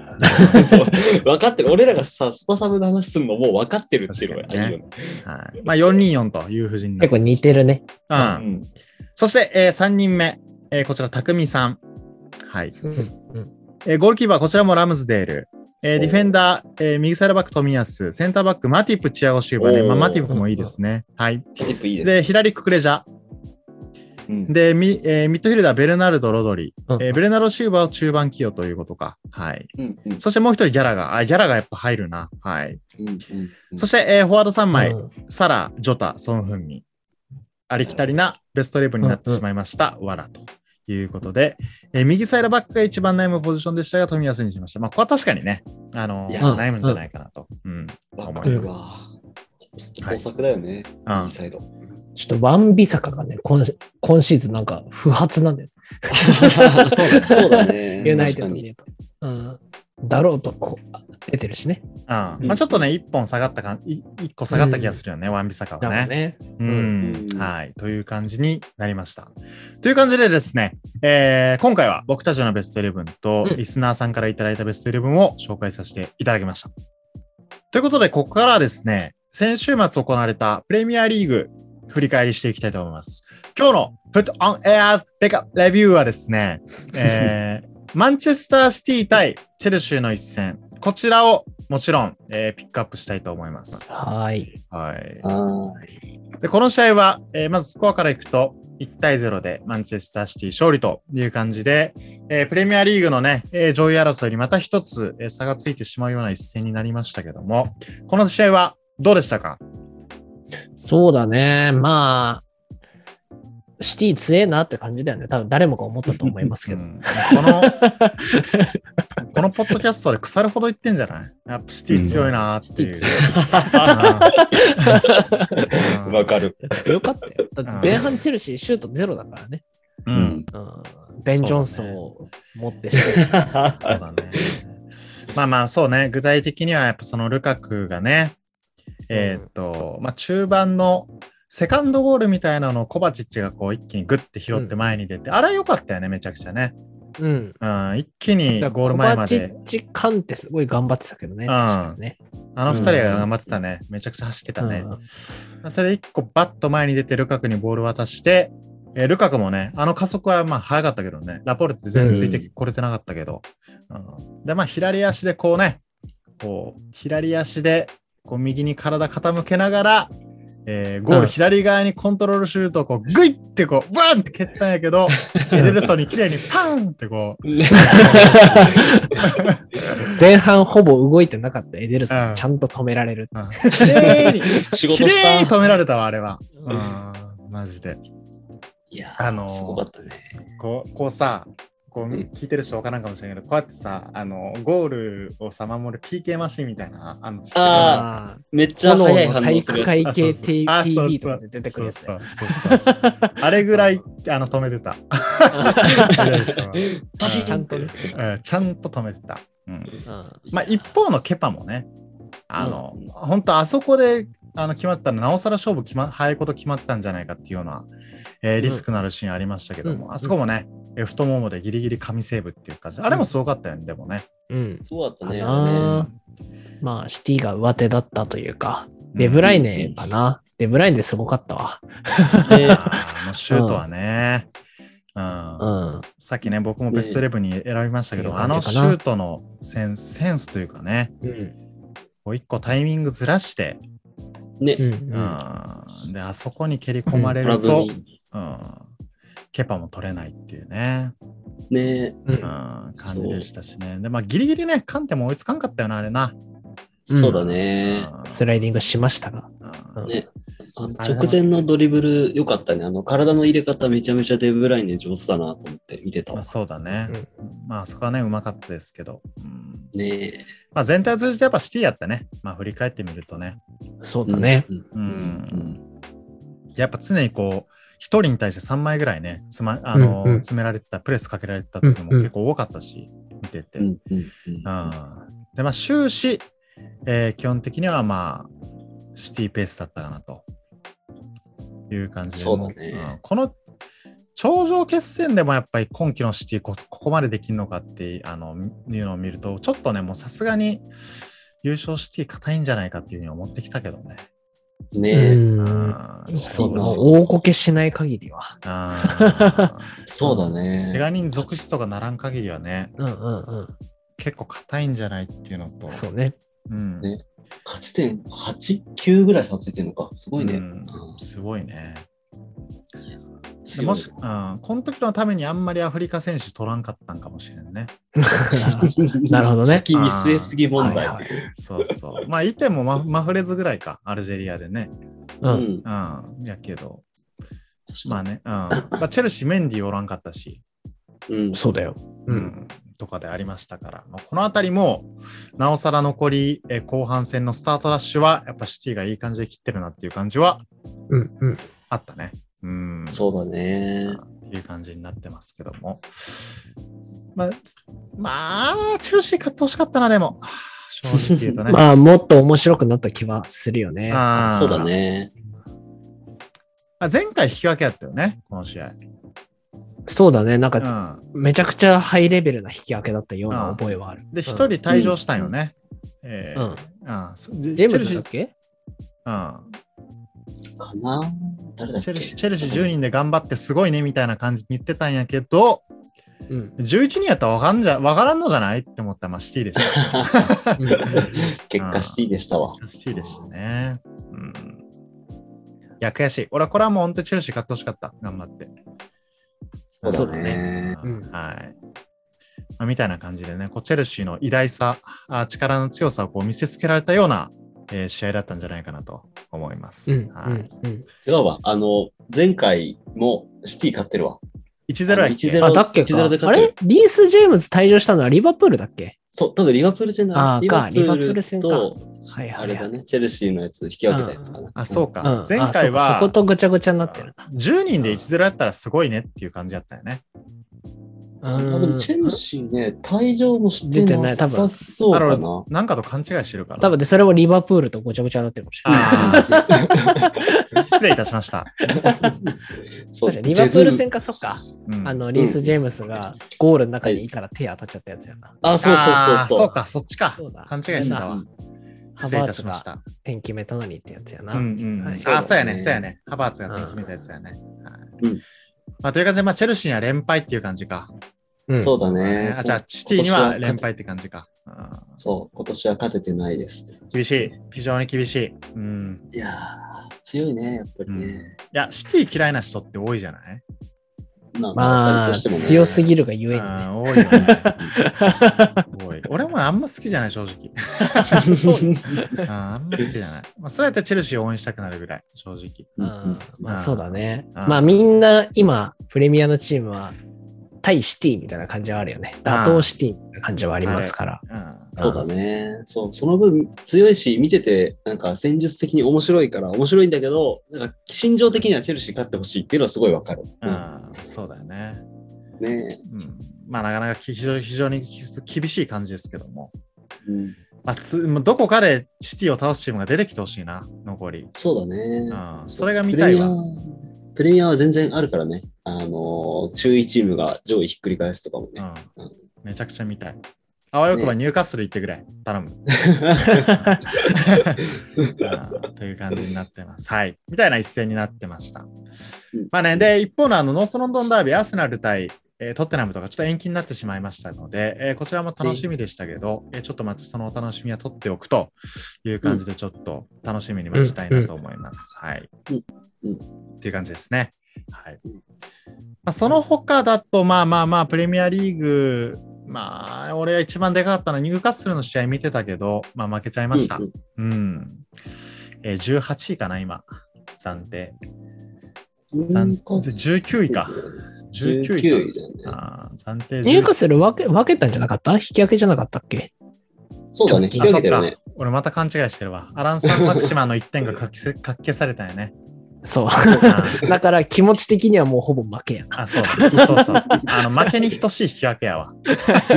S4: 分かってる。俺らがさ、スパサブの話すんのもう分かってるっていうのがいいよね。
S3: はい。まあ、424という布陣にな
S1: 結構
S3: る。
S1: 似てるね。
S3: う。
S4: うんん。
S3: そして、え3人目。えーこちら、匠さん。はい。
S1: うん
S3: えーゴールキーパー、こちらもラムズデール。えー
S4: おう
S3: ディフェンダー、えー右サイドバック、富安。センターバック、マティップ、チアゴシューバーね。
S4: おう
S3: まあ、マティップもいいですね。はい。
S4: タティップいいです。
S3: で、左、ククレジャ。
S4: うん
S3: で、ミ,、えーミッドフィルダー、ベルナルド、ロドリ。
S1: うん
S3: えーベルナルド・シューバーを中盤起用ということか。はい。
S4: うんうん
S3: そしてもう一人、ギャラが。あ、ギャラがやっぱ入るな。はい。
S4: うんうん
S3: そして、えーフォワード3枚、
S1: うん
S3: サラ、ジョタ、ソン・フンミン。ありきたりなベストレブンになってしまいました。わらと。いうことで、えー右サイドバックが一番悩むポジションでしたが、富安にしました。まあ、ここは確かにね、あのー
S4: いや
S3: 悩むんじゃないかなと。うん。
S4: わかるわ。
S3: はい
S4: 工作だよね。
S3: うん
S4: 右サイド。
S1: ちょっとワンビサカがね、今シ今シーズンなんか不発なんだよ。
S4: そうだね。
S1: ユナイテッド
S4: 確か
S1: に
S4: に
S1: 言えば。うんだろうとこう出てるしね。
S3: あ
S4: うん
S3: まあ、ちょっとね、1本下がったかん、い一個下がった気がするよね、ワンビサカはね。
S1: ね。
S3: う
S4: うん
S3: ん。はい。という感じになりました。という感じでですね、えー今回は僕たちのベスト11と、
S1: うん
S3: リスナーさんからいただいたベスト11を紹介させていただきました。ということで、ここからはですね、先週末行われたプレミアリーグ、振り返りしていきたいと思います。今日の Put on Air ペカレビューはですね、えーマンチェスターシティ対チェルシーの一戦、こちらをもちろん、えーピックアップしたいと思います。
S1: はい。
S3: はい。
S4: あ
S3: で、この試合は、えーまずスコアからいくと、1対0でマンチェスターシティ勝利という感じで、えープレミアリーグのね、えー上位争いにまた一つ、えー差がついてしまうような一戦になりましたけども、この試合はどうでしたか
S1: そうだね。まあ、シティ強えなって感じだよね。多分誰もが思ったと思いますけ
S3: う
S1: ど。
S3: んこの、 このポッドキャストで腐るほど言ってんじゃないやっぱシティ強いなーっていう。
S1: シテ
S4: あ。
S3: うん
S4: わかる。
S1: 強かったよ。だって前半チェルシーシュートゼロだからね。
S3: う。
S4: うん
S1: うんベン・ジョンソンを持ってして。
S3: そうだね。まあまあ、そうね。具体的には、やっぱそのルカクがね、えーっと、まあ中盤のセカンドゴールみたいなのをコバチッチがこう一気にグッて拾って前に出て、あれ良かったよね、めちゃくちゃね。
S1: うん。
S3: うん、一気に
S1: だから
S3: ゴール前ま
S1: コバ。
S3: で
S1: チッチカンってすごい頑張ってたけどね。
S3: ん
S1: 確かにね。
S3: あの二人が頑張ってたね。めちゃくちゃ走ってたね。
S1: うん
S3: まあそれで一個バッと前に出てルカクにボール渡して、えールカクもね、あの加速はまあ早かったけどね、ラポルト全然ついてこれてなかったけど、うんで、まあ左足でこうね、こう、左足でこう右に体傾けながら、えーゴー
S1: う
S3: ル
S1: ん
S3: 左側にコントロールシュートをこうグイってこう、バーンって蹴ったんやけ ど、エレルソンに綺麗にパーンってこう、
S1: 前半ほぼ動いてなかったエデルソン、
S3: うん
S1: ちゃんと止められる。
S3: うん綺麗に、
S4: 仕
S3: 綺
S4: 事し
S3: 麗に
S4: た。
S3: 止められたわ、あれは。
S1: う
S3: うん、マジで。
S4: いや
S3: あのー
S4: すごかったね。
S3: こうこうさこう
S4: うん
S3: 聞いてる人分からんかもしれないけど、こうやってさ、あのゴールをさ守る PK マシンみたいな、あの、
S4: あ
S1: あ
S4: めっちゃ
S1: 炎
S4: 早い
S1: の
S4: 反
S1: 体
S4: 応する
S1: 育
S4: や
S1: 会
S4: つ。
S1: 系
S3: あそうそうあそうそう
S1: TV とかで出てくる
S3: そう
S1: やつね。
S3: そうそうそう あれぐらいあの止めてた。
S4: パシ
S1: ちゃ
S4: ー
S1: ん
S4: ン
S1: とね。
S3: うんちゃんと止めてた。うん
S1: うん
S3: まあ、一方のケパもね、あの、本当あそこであの決まったら、なおさら勝負決ま、早いこと決まったんじゃないかっていうような、えーリスクのあるシーンありましたけども、
S1: うん
S3: あそこもね、えー太ももでギリギリ神セーブっていう感じ、あれもすごかったよね、でもね。
S1: うん。
S4: そうだったね。
S1: か
S4: あれね
S1: なまあ、シティが上手だったというか、デブライネかな。デブライネすごかったわ。
S4: で
S3: あーあのシュートはね、うん
S1: うん。
S3: さっきね、僕もベストイレブンに選びましたけど、
S1: うん
S3: あ
S1: って
S3: の
S1: いう
S3: シ
S1: 感じかな
S3: ュートのセンセンスというかね、
S4: うん
S3: こう一個タイミングずらして、
S4: ね
S1: う、ん
S3: う
S1: うん
S3: んで、あそこに蹴り込まれ
S4: 空
S3: る
S4: 振
S3: と、
S4: り。
S3: うん、ケパも取れないっていうね、
S4: ね、
S1: う
S3: うんん、感じでしたしね。で、まあ、ギリギリね、カンテも追いつかんかったよな、あれな。
S1: うん
S4: そうだね。
S3: うん
S1: スライディングしましたが。
S3: うん
S4: ねあの
S3: あれ
S4: 直前のドリブル良かったね。あの体の入れ方めちゃめちゃデブラインで上手だなと思って見てた
S3: ま
S4: わ
S3: あ、。そうだね。まあ、あそこはね、うまかったですけど。うん
S4: ねえ。
S3: まあ、全体を通じてやっぱシティやったね。まあ、振り返ってみるとね。
S1: そうだね。
S4: うん。
S3: う
S4: うん
S3: ん。やっぱ常にこう、一人に対して3枚ぐらいね、つまあの
S1: うんうん
S3: 詰められてた、プレスかけられてた時も
S1: うんうん
S3: 結構多かったし、見てて。
S4: うんうんうんう
S3: う
S4: ん
S3: んで、まあ、終始、えー基本的には、まあ、シティペースだったかなという感じで、
S4: そうだね
S3: んこの頂上決戦でもやっぱり今季のシティこ、ここまでできるのかってあのいうのを見ると、ちょっとね、もうさすがに優勝シティ硬いんじゃないかっていうふうに思ってきたけどね。
S4: ね
S1: う
S4: え。
S1: ん。
S3: うん
S1: そうだ
S4: な
S1: もう大こけしない限りは。
S3: あー
S4: そうだ
S3: 怪
S4: ね。
S3: 我人続出とかならん限りはね、
S1: うんうんうん。
S3: 結構硬いんじゃないっていうのと、
S1: そうね。
S3: うん
S4: ね勝ち点8、9ぐらい差ついてるのか。すごいね。
S3: う
S4: うん
S3: んすごいね。
S4: 強
S3: で
S4: い
S3: もし、 うん、この時のためにあんまりアフリカ選手取らんかったんかもしれんね。
S1: なるほどね
S4: 先見据えすぎ問題。
S1: あーはい
S3: そうそう。 まあ、いてもママフレズぐらいか、アルジェリアでね。
S1: う。
S4: うんん。
S3: うん、やけど、ま
S4: ま
S3: あ
S4: あ、
S3: ね、うんまあ、チェルシー、メンディーおらんかったし、
S4: うん。
S1: そうだよ。
S3: う
S1: うん。
S3: ん、とかでありましたから、まあ、このあたりも、なおさら残りえ後半戦のスタートラッシュは、やっぱシティがいい感じで切ってるなっていう感じは
S1: うんうん。
S3: あったね。うん、
S4: そうだね。
S3: っていう感じになってますけども。まあ、まあ、チェルシー勝ってほしかったな、でも。正直言う とね。
S1: まあ、もっと面白くなった気はするよね。
S3: あー
S4: そうだ。ね。
S3: あ前回引き分けやったよね、この試合。
S1: そうだね。なん
S3: う
S1: か、
S3: ん、
S1: めちゃくちゃハイレベルな引き分けだったような覚えはある。
S3: で、一人退場したんよね。え
S1: うん。
S3: ーうんそで
S1: ジェーム
S3: チェル
S1: ズ
S3: シ
S1: だ
S3: ー
S1: っけ
S3: う
S4: かな誰だ
S3: ん
S4: っ
S3: チェ
S4: け
S3: ルシーチェルシー10人で頑張ってすごいねみたいな感じに言ってたんやけど、
S1: うん。
S3: 11人やったら分かんじゃ分からんのじゃないって思ったら、まあ、シティでした。
S4: 結果シティでしたわ。
S3: シティでしたね。うん。いや、悔しい。俺はこれはもう本当にチェルシー勝ってほしかった。頑張って。
S4: そうだね
S3: うん
S1: うん
S3: はい。まあ、みたいな感じでね、こうチェルシーの偉大さ、あ力の強さをこう見せつけられたような、えー試合だったんじゃないかなと思います。
S1: うん。
S3: はい
S1: うん。
S4: 違うわ。あの、前回もシティ勝ってるわ。
S3: 1-0やっけ
S1: うん。あ、だっけ
S4: 1-0で勝ってる
S1: かあれリース・ジェームズ退場したのはリバプールだっけ
S4: そう、多分リバプール戦だ
S1: あーかリバプール戦か
S4: と、
S1: はいはいはい
S4: あれだね、チェルシーのやつ、引き分けたやつかな。
S3: あ、そう
S1: う
S3: か。
S1: ん。あ
S3: 前回
S1: そう
S3: は
S1: かそことぐちゃぐちゃになってるな。
S3: 10人で1-0やったらすごいねっていう感じだったよね。
S4: あ
S1: うん
S4: でもチェルシーね、退場もして
S1: 出てな
S4: ない
S1: 多
S4: さ
S1: 分
S4: そう
S3: な
S4: か
S3: るほ
S4: な
S3: ど。なんかと勘違いしてるから。
S1: 多分で、それもリバプールとごちゃごちゃになってるかもしれない。
S3: あー失礼いたしました。
S4: そ
S1: そううじゃんリバプール戦か、そっか。
S3: うん
S1: あの、リース・ジェームスがゴールの中にいいから手当たっちゃったやつやな。
S4: あ、そうそう
S3: あー
S4: そう。
S3: そうか、そっちか
S1: そうだ。
S3: 勘違いしてたわ。
S1: ハ
S3: 失礼い
S1: バー
S3: た
S1: ツ
S3: しまし
S1: が
S3: た。
S1: 点決めたのにってやつやな。
S3: うんうん
S1: はい
S3: あ、そうや
S4: そうだね
S3: ね、そうやね。ハバーツが点決めたやつやね。はい
S4: うん
S3: まあ、という感じで、まあ、チェルシーには連敗っていう感じか。
S1: うん
S4: そうだ
S3: ね
S4: ね。
S3: あ、じゃあ、シティには連敗って感じか。うん
S4: そう、今年は勝ててないです。
S3: 厳しい。非常に厳しい。うん。
S4: いやー、強いね、やっぱりね。
S3: いや、シティ嫌いな人って多いじゃない
S4: まあ
S1: まあ、強す
S4: ぎ
S1: ぎるがゆえに ね。
S3: うん、多いよね。多い。俺もあんま好きじゃない、正直。うんあんま好きじゃない。まあ、そうやってチェルシーを応援したくなるぐらい、正直。
S1: うんまあそうだね。
S3: うん
S1: まあみんな今、プレミアのチームは対シティみたいな感じはあるよね。打倒シティみたいな感じはありますから。
S3: うん
S4: そうだね。そう、その分強いし、見てて、なんか戦術的に面白いから面白いんだけど、なんか心情的にはチェルシー勝ってほしいっていうのはすごいわかる。
S3: うんそうだよね。
S4: ね
S3: うんまあ、なかなか非常非常に厳しい感じですけども。
S4: え、うん。
S3: まあ、つもうどこかでシティを倒すチームが出てきてほしいな、残り。
S4: そうだね。
S3: うん、それが見たいわ。
S4: プレミアは全然あるからね。あのー、中位チームが上位ひっくり返すとかもね。
S3: う
S4: うんん、
S3: めちゃくちゃ見たい。あわよくばニューカッスル行ってくれ、頼 む、 うんという感じになってます。はい。みたいな一戦になってました。まあね、で、一方のあのノースロンドンダービー、アーセナル対、えートッテナムとかちょっと延期になってしまいましたので、えーこちらも楽しみでしたけど、えーちょっとまたそのお楽しみは取っておくという感じで、ちょっと楽しみに待ちたいなと思います。はい。
S4: うんうん
S3: っていう感じですね。はい
S4: うん
S3: まあ、その他だと、まあまあまあ、プレミアリーグ、まあ、俺は一番でかかったのはニューカッスルの試合見てたけど、まあ負けちゃいました
S4: う。ん
S3: うん。えー、18位かな、今。暫定。
S4: うん
S3: 暫19位か。19
S4: 19
S3: 位か。
S4: 位だよね。
S3: あー暫定
S1: ニューカッ
S3: 19
S1: スル分け分けたんじゃなかった引き分けじゃなかったっけ
S4: そうだね。
S1: ち
S4: 引
S1: ょ
S4: き
S1: っと
S4: 分けてるね。
S3: 俺また勘違いしてるわ。アランさん、マクシマの1点がかきせ かっけされたよね。
S1: そう。
S3: あー
S1: だから気持ち的にはもうほぼ負けやな。
S3: あ、そうだ。そうそう。あの、負けに等しい引き分け やわ。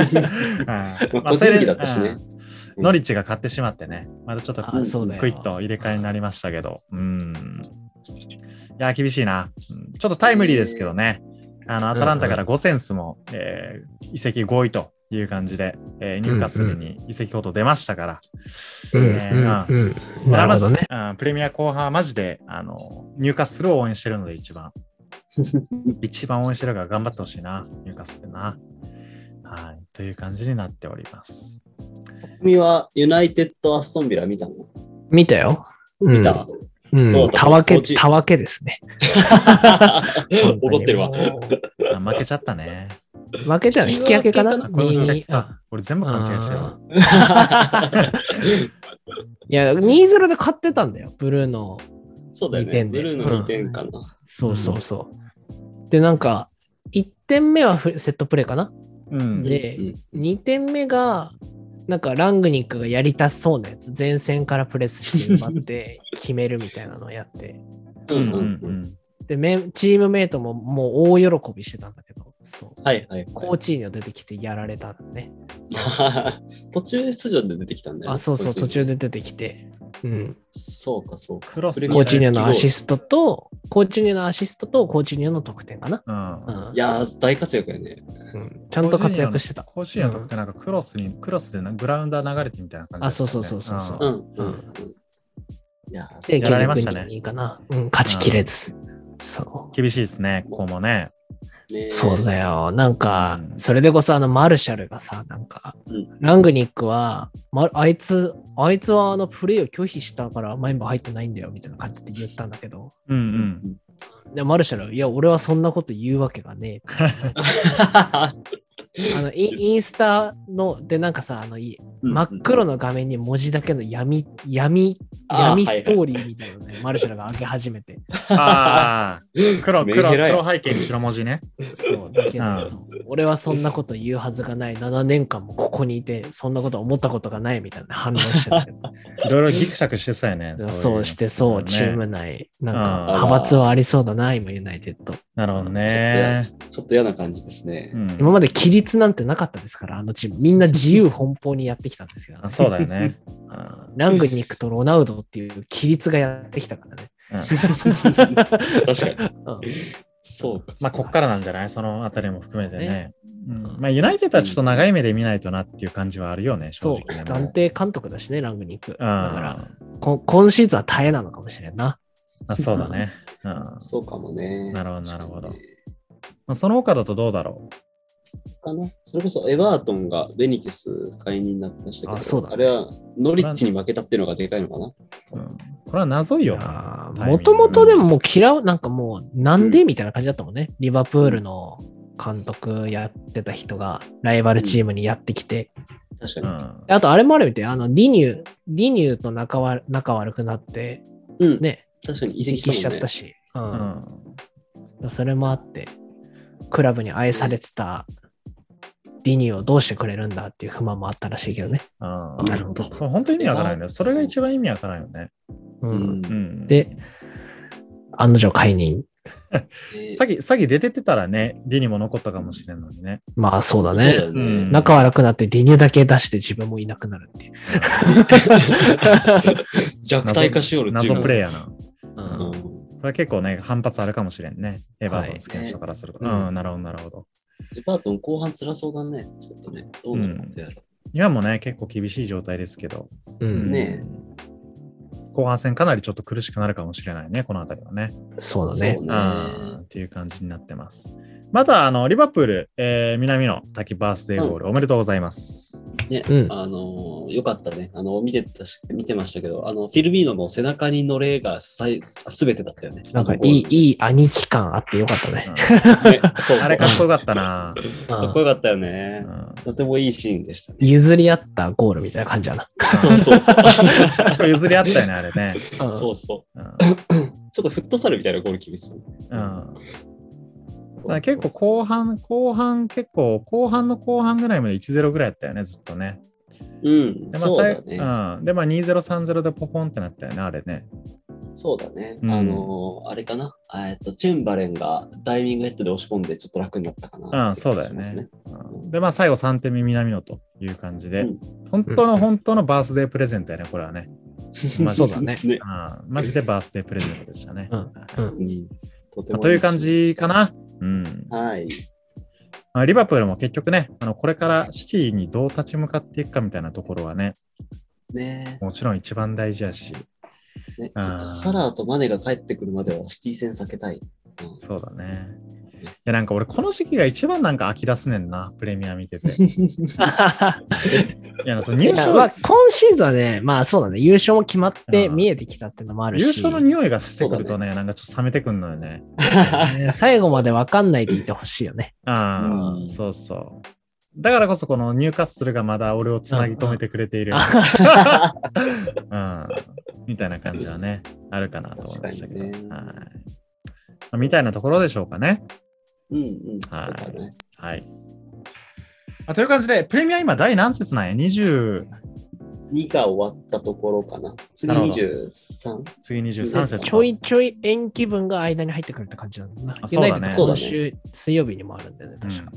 S3: うん
S4: 個人技だったしね。
S3: うんノリッチが買ってしまってね。またちょっと
S1: あそうだよ
S3: クイッと入れ替えになりましたけど。うん。いや、厳しいな。うんちょっとタイムリーですけどね。あの、アトランタからゴセンスも、えー移籍合意という感じで、えーニューカッスルに移籍ほど出ましたから。ねうん
S1: うんなるほどね。
S3: うんプレミア後半はマジで、あの、ニューカッスルを応援してるので、一番。一番応援してるから頑張ってほしいな、ニューカッスルな。はい。という感じになっております。
S4: 君はユナイテッド・アストンビラ見たの
S1: 見たよ。
S4: 見た、
S1: うん
S4: どうだった
S1: たわけ、
S4: 落ち
S1: たわけですね。
S4: 怒ってるわ。
S1: 本当にもう
S3: あ負けちゃったね。
S1: 負けたの引き分けかな
S3: あこれも
S1: 2-2
S3: 左か俺全部勘違いしてるわ。
S1: いや、2-0で勝ってたんだよ、ブルーの。
S4: そうだよ
S1: 二
S4: ね。
S1: 点
S4: ブ
S1: で
S4: ルーの2点かな。
S1: そうそうそう。で、なんか、1点目はフセットプレーかな
S3: うん。
S1: で、
S4: うん
S1: 2点目が、なんかラングニックがやりたそうなやつ、前線からプレスして奪 って決めるみたいなのをやって、
S4: うん
S3: うんう
S4: うん
S3: ん
S1: で、メンチームメイトももう大喜びしてたんだけど、そう。
S4: はいはい。
S1: コーチーニョ出てきてやられたのね。
S4: 途中出場で出てきたんだよね。
S1: あ、そうそう、
S4: こいつ
S1: 途中。で出てきて。うん。
S4: そうかそうか。
S3: クロス
S4: プレミ
S1: コ
S4: ア
S1: ーチーニョのアシストと、コーチーニョのアシストと、コーチーニョの得点かな。
S3: うん。う。
S1: うんん
S4: いやー、大活躍やね。
S1: うんちゃんと活躍してた。
S3: 甲子園の時ってなんかクロスに、クロスでなグラウンダー流れてみたいな感じだったね、
S1: あそうそうそうそうそう
S4: うん
S3: ん
S4: うんうん。いやー
S1: で、
S3: やられ
S1: 逆
S3: ま
S1: に
S3: したね
S1: いいかな。うん、勝ちきれず。そ
S3: 厳しいですね、ここもね。
S4: ね
S1: う。そうだよ。なんか
S3: う、ん
S1: それでこそあの、マルシャルがさ、なんか
S4: うん、
S1: ラングニックは、まあいつ、あいつはあの、プレイを拒否したからメンバー入ってないんだよ、みたいな感じで言ったんだけど、
S3: うんう。
S4: うん ん。
S1: で、マルシャル、いや、俺はそんなこと言うわけがねえ。あのインインスタのでなんかさあのい真っ黒の画面に文字だけの闇闇
S4: あー
S1: 闇ストーリーみたいなのね、マルシャルが上げ始めて
S3: ああ、黒、
S4: メンヘ
S3: 黒、
S4: ラや
S3: 黒背景に白文字ね。
S1: そうだけ
S3: うん
S1: どそう俺はそんなこと言うはずがない7年間もここにいてそんなこと思ったことがないみたいな反応して たけど
S3: いろいろギクシャクしてそうやね。い
S1: そう
S3: の
S1: してそう、
S3: ね
S1: チーム内なんか
S3: うん
S1: 派閥はありそうだな今ユナイテッド
S3: なるほど
S4: ね
S3: ね。
S4: ちょっと嫌な感じですね
S3: う。ん
S1: 今まで規律なんてなかったですからあのチームみんな自由奔放にやってきたんですけど、ね
S3: あ、そうだよね。うん
S1: ラングニックとロナウドっていう規律がやってきたからね
S4: 確かに。
S1: うん
S4: そうか。
S3: まあ、こっからなんじゃないそのあたりも含めてね。うん
S1: うん
S3: まあ、ユナイテッドはちょっと長い目で見ないとなっていう感じはあるよね、
S1: そ
S3: 正
S1: う、
S3: 直ね。
S1: 暫定監督だしね、ラングニック。だ
S3: うん
S1: から、こ今シーズンは耐えなのかもしれんな。
S3: まあ、そうだね。うんま
S4: そうかもね。
S3: なるほどなるほどあ、その他だとどうだろ
S4: あのそれこそエバートンがベニテス解任になってましたけど、
S1: あそうだね
S4: れはノリッチに負けたっていうのがでかいのかな。
S3: う、うんこれは謎いよな。
S1: もともとでももう嫌う、なんかもう、なんでみたいな感じだったもんね。リバプールの監督やってた人が、ライバルチームにやってきて。
S4: 確
S3: う
S4: か
S3: ん
S1: あと、あれもあるみたい。あの、ディニュー、ディニューと仲わ仲悪くなって、
S4: に。うん、
S1: ね、
S4: 確かに移
S1: 移
S4: 籍
S1: 籍し
S4: し
S1: ち
S4: た
S1: ゃ
S4: も
S1: っ
S4: んね
S1: た。し。う。
S3: うんん
S1: それもあって。クラブに愛されてたディニーをどうしてくれるんだっていう不満もあったらしいけどね。
S3: あ
S4: なるほど。
S3: 本当に意味わからないんだよ。それが一番意味わからないよね。
S1: う、
S4: うんん
S3: うん、
S1: で、案の定解任。
S3: 詐欺、詐欺出ててたらね、ディにも残ったかもしれんのにね。
S1: まあそうだ
S4: そうだ
S1: ね。
S4: よ
S3: うん
S4: ね。
S1: 仲悪くなってディニーだけ出して自分もいなくなるっていう。
S4: 弱体化しよる
S3: 謎プレイ
S4: イ。
S3: ヤーな。
S1: う
S4: うんん
S3: これ結構ね、反発あるかもしれんね。エバートン好きな人からすると。
S1: はい
S3: うん、なるほど、なるほど。
S4: デパートン後半辛そうだね。ちょっとね、どうなることやろ。
S3: 今もね、結構厳しい状態ですけど。
S1: うん
S4: ね
S3: 後半戦かなりちょっと苦しくなるかもしれないね、この辺りはね。
S1: そうだ
S4: そう
S1: ね。
S3: うんっていう感じになってます。また、あの、リバプール、えー南の滝バースデーゴール、おめでとうございます。
S4: ね、
S1: うん
S4: あのーよかったね。あの、見てたし、見てましたけど、あの、フィルビーノの背中に乗れがさいすべてだったよね。
S1: なんかいい、いい兄貴感あってよかったね。
S3: う
S4: あのねそうそ
S3: ん
S4: う
S3: あれかっこよかったな。
S1: うん
S4: かっこよかったよね
S3: う。ん
S4: とてもいいシーンでしたね。
S1: 譲り合ったゴールみたいな感じやな。
S4: そうそうそう。
S3: 結構譲り合ったよね、あれね。
S1: うん
S4: そうそう。
S3: うん
S4: ちょっとフットサルみたいなゴール決めてたね。
S3: うんだから結構後半、後半、結構後半の後半ぐらいまで1-0ぐらいだったよね、ずっとね。
S4: うん、
S3: で、まあ
S4: そうだ
S3: 最
S4: ね。
S3: うん、でまあ2-0、3-0でポポンってなったよね、あれね。
S4: そうだね。
S3: うん
S4: あのーあれかな。あえっと、チェンバレンがダイビングヘッドで押し込んでちょっと楽になったかな。
S3: うん、そうだよね。。うんで、まあ最後3点目、南野という感じで、
S4: うん
S3: 本当の本当のバースデープレゼントやね、これはね。まあ
S1: そうだね
S4: ね。
S3: うんマジでバースデープレゼントでしたね。
S1: うん
S3: はい
S4: うんとて
S3: まあ
S4: も
S3: という感じかな。うん
S4: はい。
S3: まあ、リバプールも結局ね、あのこれからシティにどう立ち向かっていくかみたいなところはね、
S4: ね
S3: もちろん一番大事やし、
S4: ね、ち
S3: あ
S4: ょ
S3: ー
S4: っとサラーとマネが帰ってくるまではシティ戦避けたい。うん
S3: そうだね。いや、なんか俺、この時期が一番なんか飽き出すねんな、プレミア見 てて。いや、その
S1: い
S3: 入
S1: やまあ
S3: 賞、
S1: 今シーズンはね、まあそうだね、優勝も決まって
S3: うん
S1: 見えてきたっていうのもある
S3: 優
S1: し、
S3: 勝の匂いがしてくるとね、なんかちょっと冷めてくんのよね。
S1: ね最後まで分かんないでいてほしいよね。
S3: ああ、
S4: うん
S3: そうそう。だからこそ、このニューカッスルがまだ俺をつなぎ止めてくれている。 うん、みたいな感じはね、あるかなと思いましたけど。
S4: 確かにね
S3: はいまあみたいなところでしょうかね。
S4: うんうん。そう
S3: はい
S4: だね。
S3: はい。あという感じで、プレミア今第何節なんや ?20、
S4: 2が終わったところかな。次
S3: なるほど
S4: 23。
S3: 次23節と。
S1: ちょいちょい延期分が間に入ってくるって感じなんだな。
S3: あ
S1: ユ
S3: そう
S1: ナイ
S3: だ
S1: テ
S3: ね
S1: ッド今週、水曜日にもあるんだよね、確か。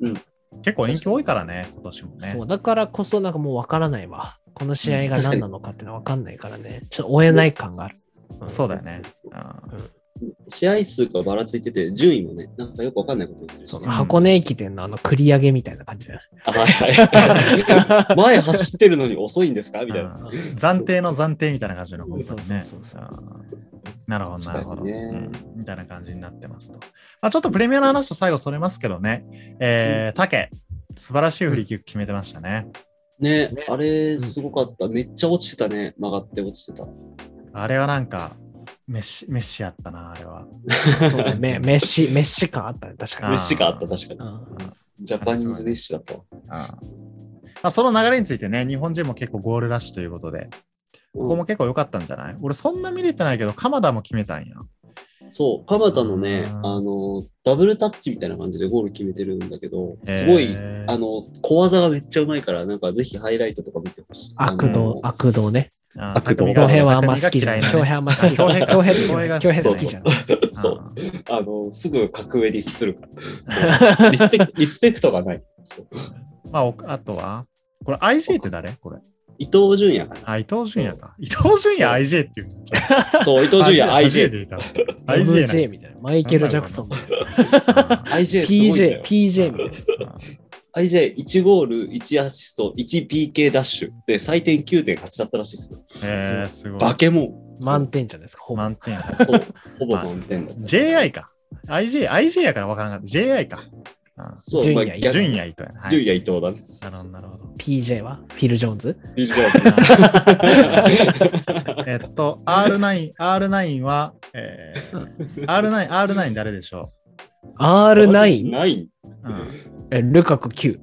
S3: うん結構延期多いからね、今年もね
S1: そう、。だからこそなんかもう分からないわ。この試合が何なのかっていうのは分かんないからね。ちょっと追えない感がある。ん
S3: そうだよね。
S4: そううん試合数がばらついてて、順位もね、なんかよくわかんないことになってるし
S1: そう
S4: ね。
S1: 箱根駅伝のあの繰り上げみたいな感じだよね。
S4: あはいはい。 前走ってるのに遅いんですかみたいな。
S3: うん暫定の暫定みたいな感じの本当にね
S1: そうそうそう
S3: うんなるほど、なるほど、
S4: 確かにね
S3: うんみたいな感じになってますと。まあ、ちょっとプレミアの話と最後それますけどね、えー、タケ、素晴らしい振り切り決めてましたね。
S4: ね
S1: ね、
S4: あれ、すごかった。めっちゃ落ちてたね。曲がって落ちてた。
S3: あれはなんか、メッシ、メッシやったな、あれは。
S1: そうだね。メッシ、メッシ感あったね、確か
S3: あー
S4: メ
S1: に
S4: ッ。シがあった、確かに。
S1: うん
S4: ジャパニーズメッシだったわ。
S3: まあ、その流れについてね、日本人も結構ゴールラッシュということで、ここも結構良かったんじゃない俺そんな見れてないけど、鎌田も決めたんや。
S4: そう、鎌田のね、
S3: うん
S4: あの、ダブルタッチみたいな感じでゴール決めてるんだけど、すごい、
S3: えー
S4: あの、小技がめっちゃうまいから、なんかぜひハイライトとか見てほしい。
S1: 悪
S4: あ
S1: 道
S4: の、
S1: 悪道ね。
S3: あ
S4: 悪道
S3: 匠が
S1: 恭平はあんま好きじゃない。
S3: 匠
S1: 恭
S3: が嫌い
S1: 平あんま好きじゃない。
S3: あ恭
S1: 恭
S3: 平
S1: 平
S3: が
S1: 恭平好きじゃない。
S3: な
S4: そ
S3: あ
S4: う、
S3: ー
S4: あの、すぐ格上にするから。 そうリスペクリスペクトがない。そう
S3: まあ、おあとは、これ IJ って誰これ。
S4: 伊東純也か
S3: あ、伊藤純也か。伊藤純也 IJ っていう。
S4: な。 そう、伊藤純也
S3: って
S4: IJ。
S3: 言った。IJ
S1: MJ みたいな。マイケル・ジャクソンみたいな。
S3: な。
S4: IJ すごい
S1: PJ、
S4: んだよ。
S1: PJ みたい
S3: うん
S4: IJ1 ゴール、1アシスト、1PK ダッシュで採点9.8だったらしい ですね。
S3: えー、すごい。
S4: 化け物。
S1: な。満点じゃないですか、ほぼ。
S3: 満点。
S4: そう、ほぼ満点だ った。
S3: JI か。IJ、IJ やからわからなかった。JI か。
S4: そう、
S1: 純
S4: まあ、
S1: 也
S3: う
S4: 逆
S3: ん
S4: 純
S3: 純也伊藤やな。はい
S4: 也伊藤だね。
S3: なるほど、なるほど。
S1: PJ はフィル・ジョーンズ。
S4: 以上
S3: えっと、R9、R9 は、え ー、R9、R9 誰でしょ
S1: R9、
S4: ない。
S3: う、うん、
S1: えルカク9。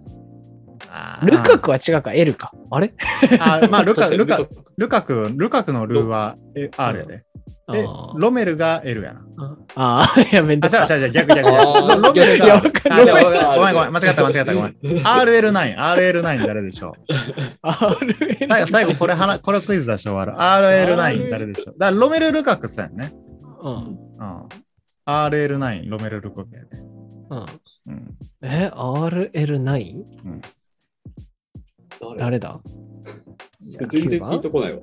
S3: ああー
S1: ルカクは違うか、エルか。あれ
S3: あーまあ、ルカ
S4: 確かに
S3: ルカルカク、ルカクのルーはえ R やで。
S1: あ
S3: で、
S1: ー
S3: ロメルが L やな。
S1: あー、いや、めんど
S3: あ、
S1: くさい。
S3: 違う違う違う、逆逆逆。
S4: あー
S3: ロロメル
S1: いや、
S3: が
S1: わ。か
S3: あ、
S1: る。
S3: じ
S1: ロメ
S3: ゃあ
S4: メルが
S3: ごめんごめん、間違った間違ったごめん。RL9、RL9 誰でしょう最後、最後これ話、これクイズ出し終わる。RL9 誰でしょうだからロメル・ルカクさんやね。
S1: うん
S3: うん。RL9、ロメル・ルカクやで。
S1: うん
S3: うん。
S1: え、RL9? 誰だ
S4: 全然ピンとこないわ。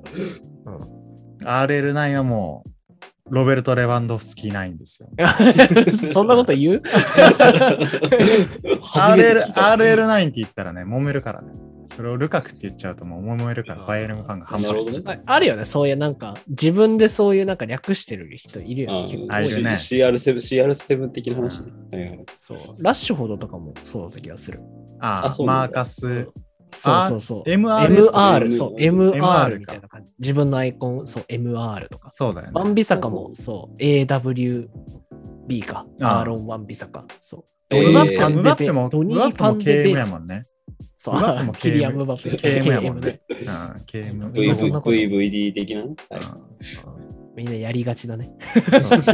S3: RL9 はもう、ロベルト・レバンドフスキー9ですよ。
S1: そんなこと言う
S4: 初めて
S3: RL
S4: 聞いた
S3: RL9 って言ったらね、揉めるからね。それをルカクって言っちゃうともう揉めるから、バイエルンファンが反
S4: なる
S3: 発す
S4: ほど
S3: る。
S4: ね。
S1: ああるよね、そういうなんか、自分でそういうなんか略してる人いるよね。結構
S3: あいるね
S4: CR7, CR7 的な話ね。はいはい
S1: そう。ラッシュほどとかもそうだった気がする。
S3: あ
S4: あそう
S3: マ
S4: なん
S3: ーカ
S4: だ
S3: ス、
S1: そうそうそう。
S3: MR。
S1: MR、そう、MR
S3: MR
S1: みたいな感じ。自分のアイコン、そう、MR とか。
S3: そうだよ
S1: ワ
S3: ね。
S1: ンビサカも、そう、AWB か。
S3: ああ
S1: アーロン・ワンビサカ。そう。
S4: え
S1: ド
S4: ー
S1: ニ
S3: ムバ
S1: ー・
S3: ッペ
S1: パンデベ、
S3: も、ムバッペも
S1: ドニー・パンデ
S3: KM
S1: ベ
S3: や、もんね。
S1: そ
S3: ムバッペも
S1: う、 キリア
S3: KM
S1: ム・バッペ、
S3: KM やもん
S1: KM ね
S3: ね。。うん、KM。
S1: 今
S4: VV
S1: そんなこと
S4: VVD 的な、はい
S1: みんなやりがちだね。
S3: うんそうね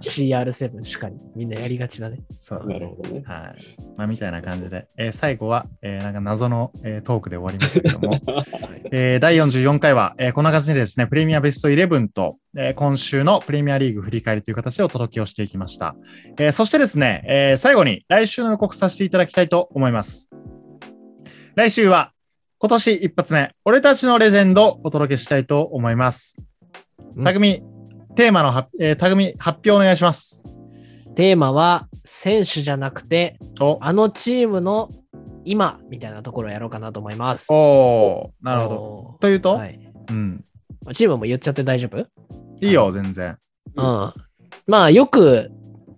S1: CR7 しかに。みんなやりがちだね。
S3: うんそうだ
S4: な
S3: ね
S4: るほどね。
S3: はい。まあ、みたいな感じで、えー最後は、えーなんか謎の、えートークで終わりましたけども、 えー第44回は、えーこんな感じでですね、プレミアベスト11と、えー今週のプレミアリーグ振り返りという形でお届けをしていきました。えーそしてですね、えー最後に来週の予告させていただきたいと思います。来週は、今年一発目、俺たちのレジェンドをお届けしたいと思います。
S1: うん
S3: 匠、テーマのは、えー、匠、発表お願いします。
S1: テーマは、選手じゃなくて、
S3: お、
S1: あのチームの今みたいなところをやろうかなと思います。
S3: おーなるほど。
S1: ど。
S3: というと、
S1: はい
S3: うん。
S1: チームも言っちゃって大丈夫
S3: いいよ、全然。
S1: うん。まあ、よく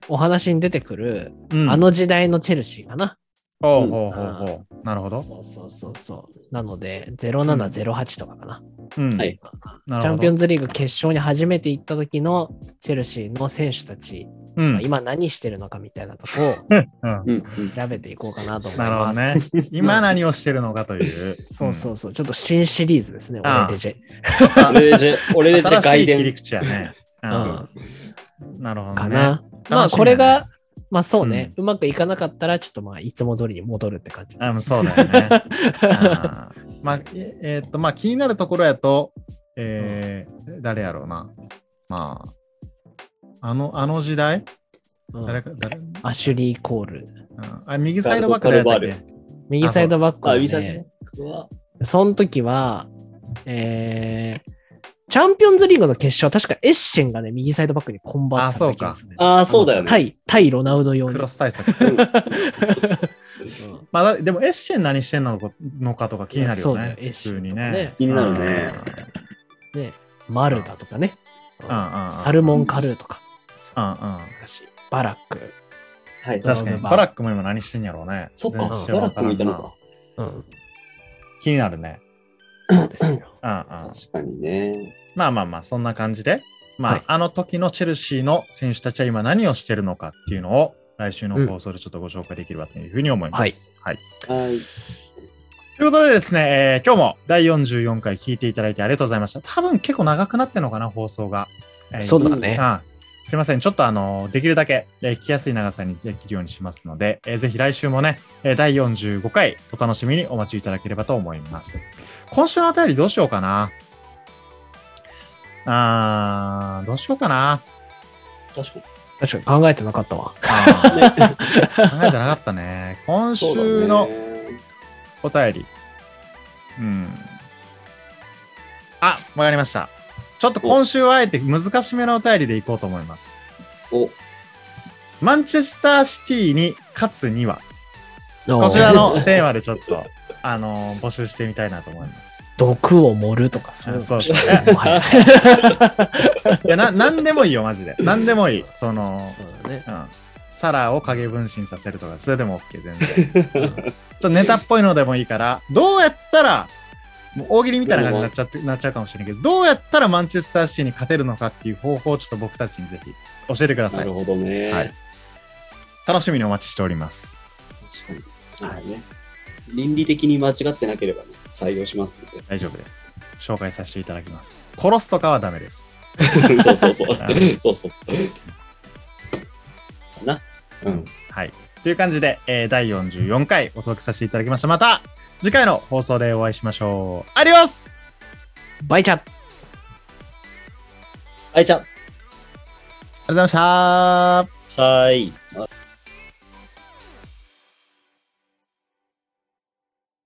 S1: お話に出てくる、
S3: うん、
S1: あ、の時代のチェルシーかな。
S3: ほうほうほうほう。なるほど。
S1: そうそうそうそう。なので、0708とかかな。
S3: うん。
S4: はい
S3: なるほど。
S1: チャンピオンズリーグ決勝に初めて行った時のチェルシーの選手たち、
S3: うん。
S1: まあ今何してるのかみたいなとこを
S3: うん
S4: うん
S1: 調べていこうかなと思い
S3: なるほ
S1: ま
S3: ど
S1: す。
S3: ね。今何をしてるのかという。
S1: そうそうそう。ちょっと新シリーズですね、
S3: ああ
S1: 俺レジェ。
S3: うん。
S4: 俺レジェ、俺レジェ
S3: 新し
S4: 外
S3: い切り
S4: 伝。
S3: 口 やね。う
S1: うん
S3: ん。なるほどね。
S1: かな。まあこれが、まあそうね、うまくいかなかったら、ちょっとまあいつも通りに戻るって感じ。
S3: あもうそうだ よね。あーまあ、ええーっと、まあ気になるところやと、えー、誰やろうな。まあ、あの、あの時代
S1: うん
S3: 誰か、誰、うん、
S1: アシュリー・コール。
S3: あ、右サイドバックだったっけ
S1: 右サイドバック
S4: あ、
S1: は
S4: ウィザ
S1: ね
S4: ッ、クは、
S1: その時は、えー、チャンピオンズリーグの決勝は確かエッシェンがね、右サイドバックにコンバートされた気がするね
S4: ああ、そうだよね。
S1: 対、対ロナウド用に
S3: クロ。ス対 策。まあ、だでもエッシェン何してんのかのかとか気になる
S1: そ
S3: よ
S1: うだよ
S3: ね。
S1: エッ
S3: 普
S1: シェン
S3: 通に
S1: とかね
S3: ね。
S4: 気になるね
S1: ね、マルダとかね、
S3: うん。うんうん。
S1: サルモン・カルーとか、
S3: うんうん。
S1: バラック、
S4: はい。
S3: 確か
S1: ドラ
S3: に、
S1: ムバー
S3: バラックも今何してんやろうね。
S4: そっか、
S3: 全然知ら
S4: バラ
S3: な
S4: ックもいたの
S3: ったな
S4: か。
S1: うん、
S3: 気になるね。
S1: そうですよ。
S3: うんうん。
S4: 確かにね。
S3: まあまあまあ、そんな感じで、まあ、
S1: はい
S3: あの時のチェルシーの選手たちは今何をしてるのかっていうのを、来週の放送でちょっとご紹介できればというふうに思います。はい。
S4: はい。
S3: ということでですね、えー今日も第44回聞いていただいてありがとうございました。多分結構長くなってるのかな、放送が。えー
S1: そうだね
S3: あすいません。ちょっとあの、できるだけ、えー聞きやすい長さにできるようにしますので、えーぜひ来週もね、えー第45回お楽しみにお待ちいただければと思います。今週のお便りどうしようかな。あー、どうしようかな。
S4: 確かに。
S1: 確かに考えてなかったわ。
S3: あー考えてなかったね。今週
S4: そう
S3: の
S4: だね。
S3: お便り。うん。あ、わかりました。ちょっと今週はあえて難しめのお便りでいこうと思います。
S4: お、
S3: マンチェスターシティに勝つには、こ
S1: こ
S3: ちらのテーマでちょっと、あのー募集してみたいなと思います。
S1: 毒を盛るとかそういう
S3: あ
S1: の
S3: そう
S1: し
S3: そ
S1: ても
S3: う。
S1: うはい
S3: いや、な、なんでもいいよ、マジで。なんでもいい。その、
S1: そうだね。
S3: うん。サラを影分身させるとか、それでも OK、全然。ちょっとネタっぽいのでもいいから、どうやったら、もう大喜利みたいな感じになっちゃって、なっちゃうかもしれないけど、どうやったらマンチェスターシティに勝てるのかっていう方法をちょっと僕たちにぜひ教えてくださ
S4: ないる。ほどね。
S3: はい楽しみにお待ちしております。
S4: 確かに。はいね。倫理的に間違ってなければ、ね、採用しますの
S3: 大丈夫です。紹介させていただきます。殺すとかはダメです。
S4: で。 そうそうそう
S3: あ。
S4: そうそう。かな。うん。
S3: はい。という感じで、えー第44回お届けさせていただきました。また次回の放送でお会いしましょう。アディオス
S1: バイチャ
S4: はい、じゃ
S3: ありがとうございました
S4: あ、はい。あ